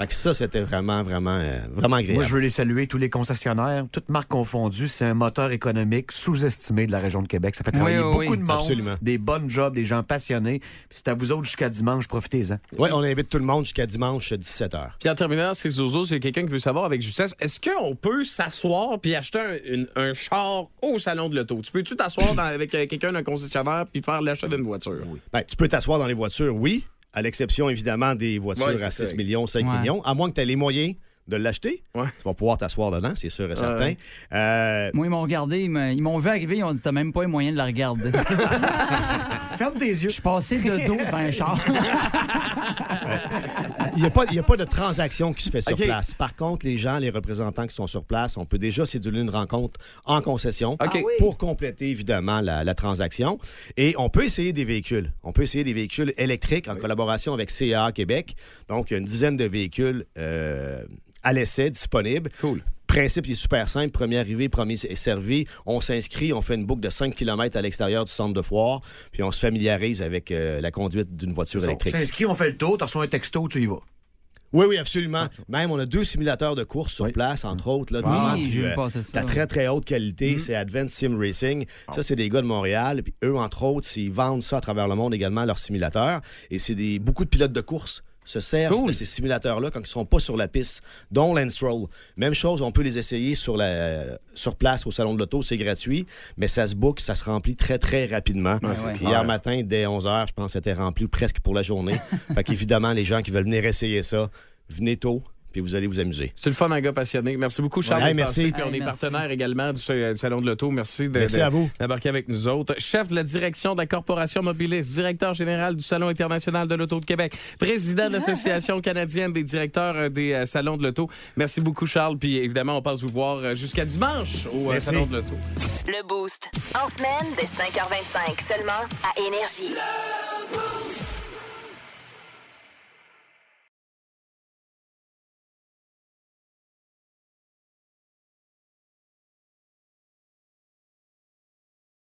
O: Fait que ça, c'était vraiment, vraiment, euh, vraiment agréable.
P: Mm. Mhm. Moi, je veux les saluer, tous les concessionnaires, toutes marques confondues. C'est un moteur économique sous-estimé de la région de Québec. Ça fait
O: Oui,
P: travailler
O: oui,
P: beaucoup
O: oui.
P: de monde,
O: Absolument.
P: des bonnes jobs, des gens passionnés. Puis c'est à vous autres jusqu'à dimanche, profitez-en.
O: Oui, on invite tout le monde jusqu'à dimanche, euh, 17h.
C: Puis en terminant, c'est Zozo, c'est quelqu'un qui veut savoir avec justesse, est-ce qu'on peut s'asseoir puis acheter un, une- un char au salon de l'auto? Tu peux-tu t'asseoir dans- avec euh, quelqu'un d'un concessionnaire puis faire l'achat d'une voiture? Oui.
O: Ben, tu peux t'asseoir dans les voitures, oui, à l'exception évidemment des voitures
C: Ouais, c'est
O: à 6
C: ça.
O: millions, 5
C: Ouais.
O: millions, à moins que tu aies les moyens de l'acheter. Tu vas pouvoir t'asseoir dedans, c'est sûr et certain. Euh,
G: Ouais. Moi, ils m'ont regardé, ils me- ils m'ont vu arriver, ils ont dit T'as même pas les moyens de la regarder.
P: Ferme tes yeux. Je
G: suis passé de dos devant un char.
O: Il n'y a, pas- il y a pas de transaction qui se fait sur
C: OK.
O: place. Par contre, les gens, les représentants qui sont sur place, on peut déjà céduler une rencontre en concession pour compléter évidemment la, la transaction. Et on peut essayer des véhicules. On peut essayer des véhicules électriques en collaboration avec CAA Québec. Donc, il y a une dizaine de véhicules euh, à l'essai disponibles. Cool. Principe il est super simple, premier arrivé, premier servi. On s'inscrit, on fait une boucle de 5 km à l'extérieur du centre de foire, puis on se familiarise avec euh, la conduite d'une voiture
P: Tu
O: électrique.
P: t'inscris, on fait le tour, t'as reçu un texto, tu y vas.
O: Oui, oui, absolument. Même, on a deux simulateurs de course sur place, entre autres. Là,
P: Ah,
O: Vraiment,
P: oui,
O: tu,
P: j'ai vu
O: euh,
P: passer ça.
O: t'as très, très haute
C: Mm-hmm.
O: qualité. C'est Advanced Sim Racing.
C: Oh.
O: Ça, c'est des gars de Montréal. Puis eux, entre autres, ils vendent ça à travers le monde également, leurs simulateurs. Et c'est des, beaucoup de pilotes de course se servent de ces simulateurs-là quand ils sont pas sur la piste, dont Lance Roll. Même chose, on peut les essayer sur, la, sur place au salon de l'auto, c'est gratuit, mais ça se book, ça se remplit très, très rapidement.
J: Ouais, c'est
O: Hier
J: clair.
O: matin, dès 11h, je pense que c'était rempli presque pour la journée. fait qu'évidemment, les gens qui veulent venir essayer ça, venez tôt, puis vous allez vous amuser.
C: C'est le fun, un gars passionné. Merci beaucoup, Charles.
O: Ouais,
C: d'être
O: merci.
C: passé. Puis on
O: Hey,
C: est
O: merci.
C: partenaire également du sa- du Salon de l'Auto. Merci, de-
O: Merci
C: de-
O: à vous.
C: d'embarquer avec nous autres. Chef de la direction de la Corporation Mobiliste, directeur général du Salon international de l'Auto de Québec, président de l'Association canadienne des directeurs euh, des euh, Salons de l'Auto. Merci beaucoup, Charles. Puis évidemment, on passe vous voir euh, jusqu'à dimanche au euh,
O: Merci.
C: Salon de l'Auto.
A: Le Boost. En semaine, dès 5h25 seulement à Énergie.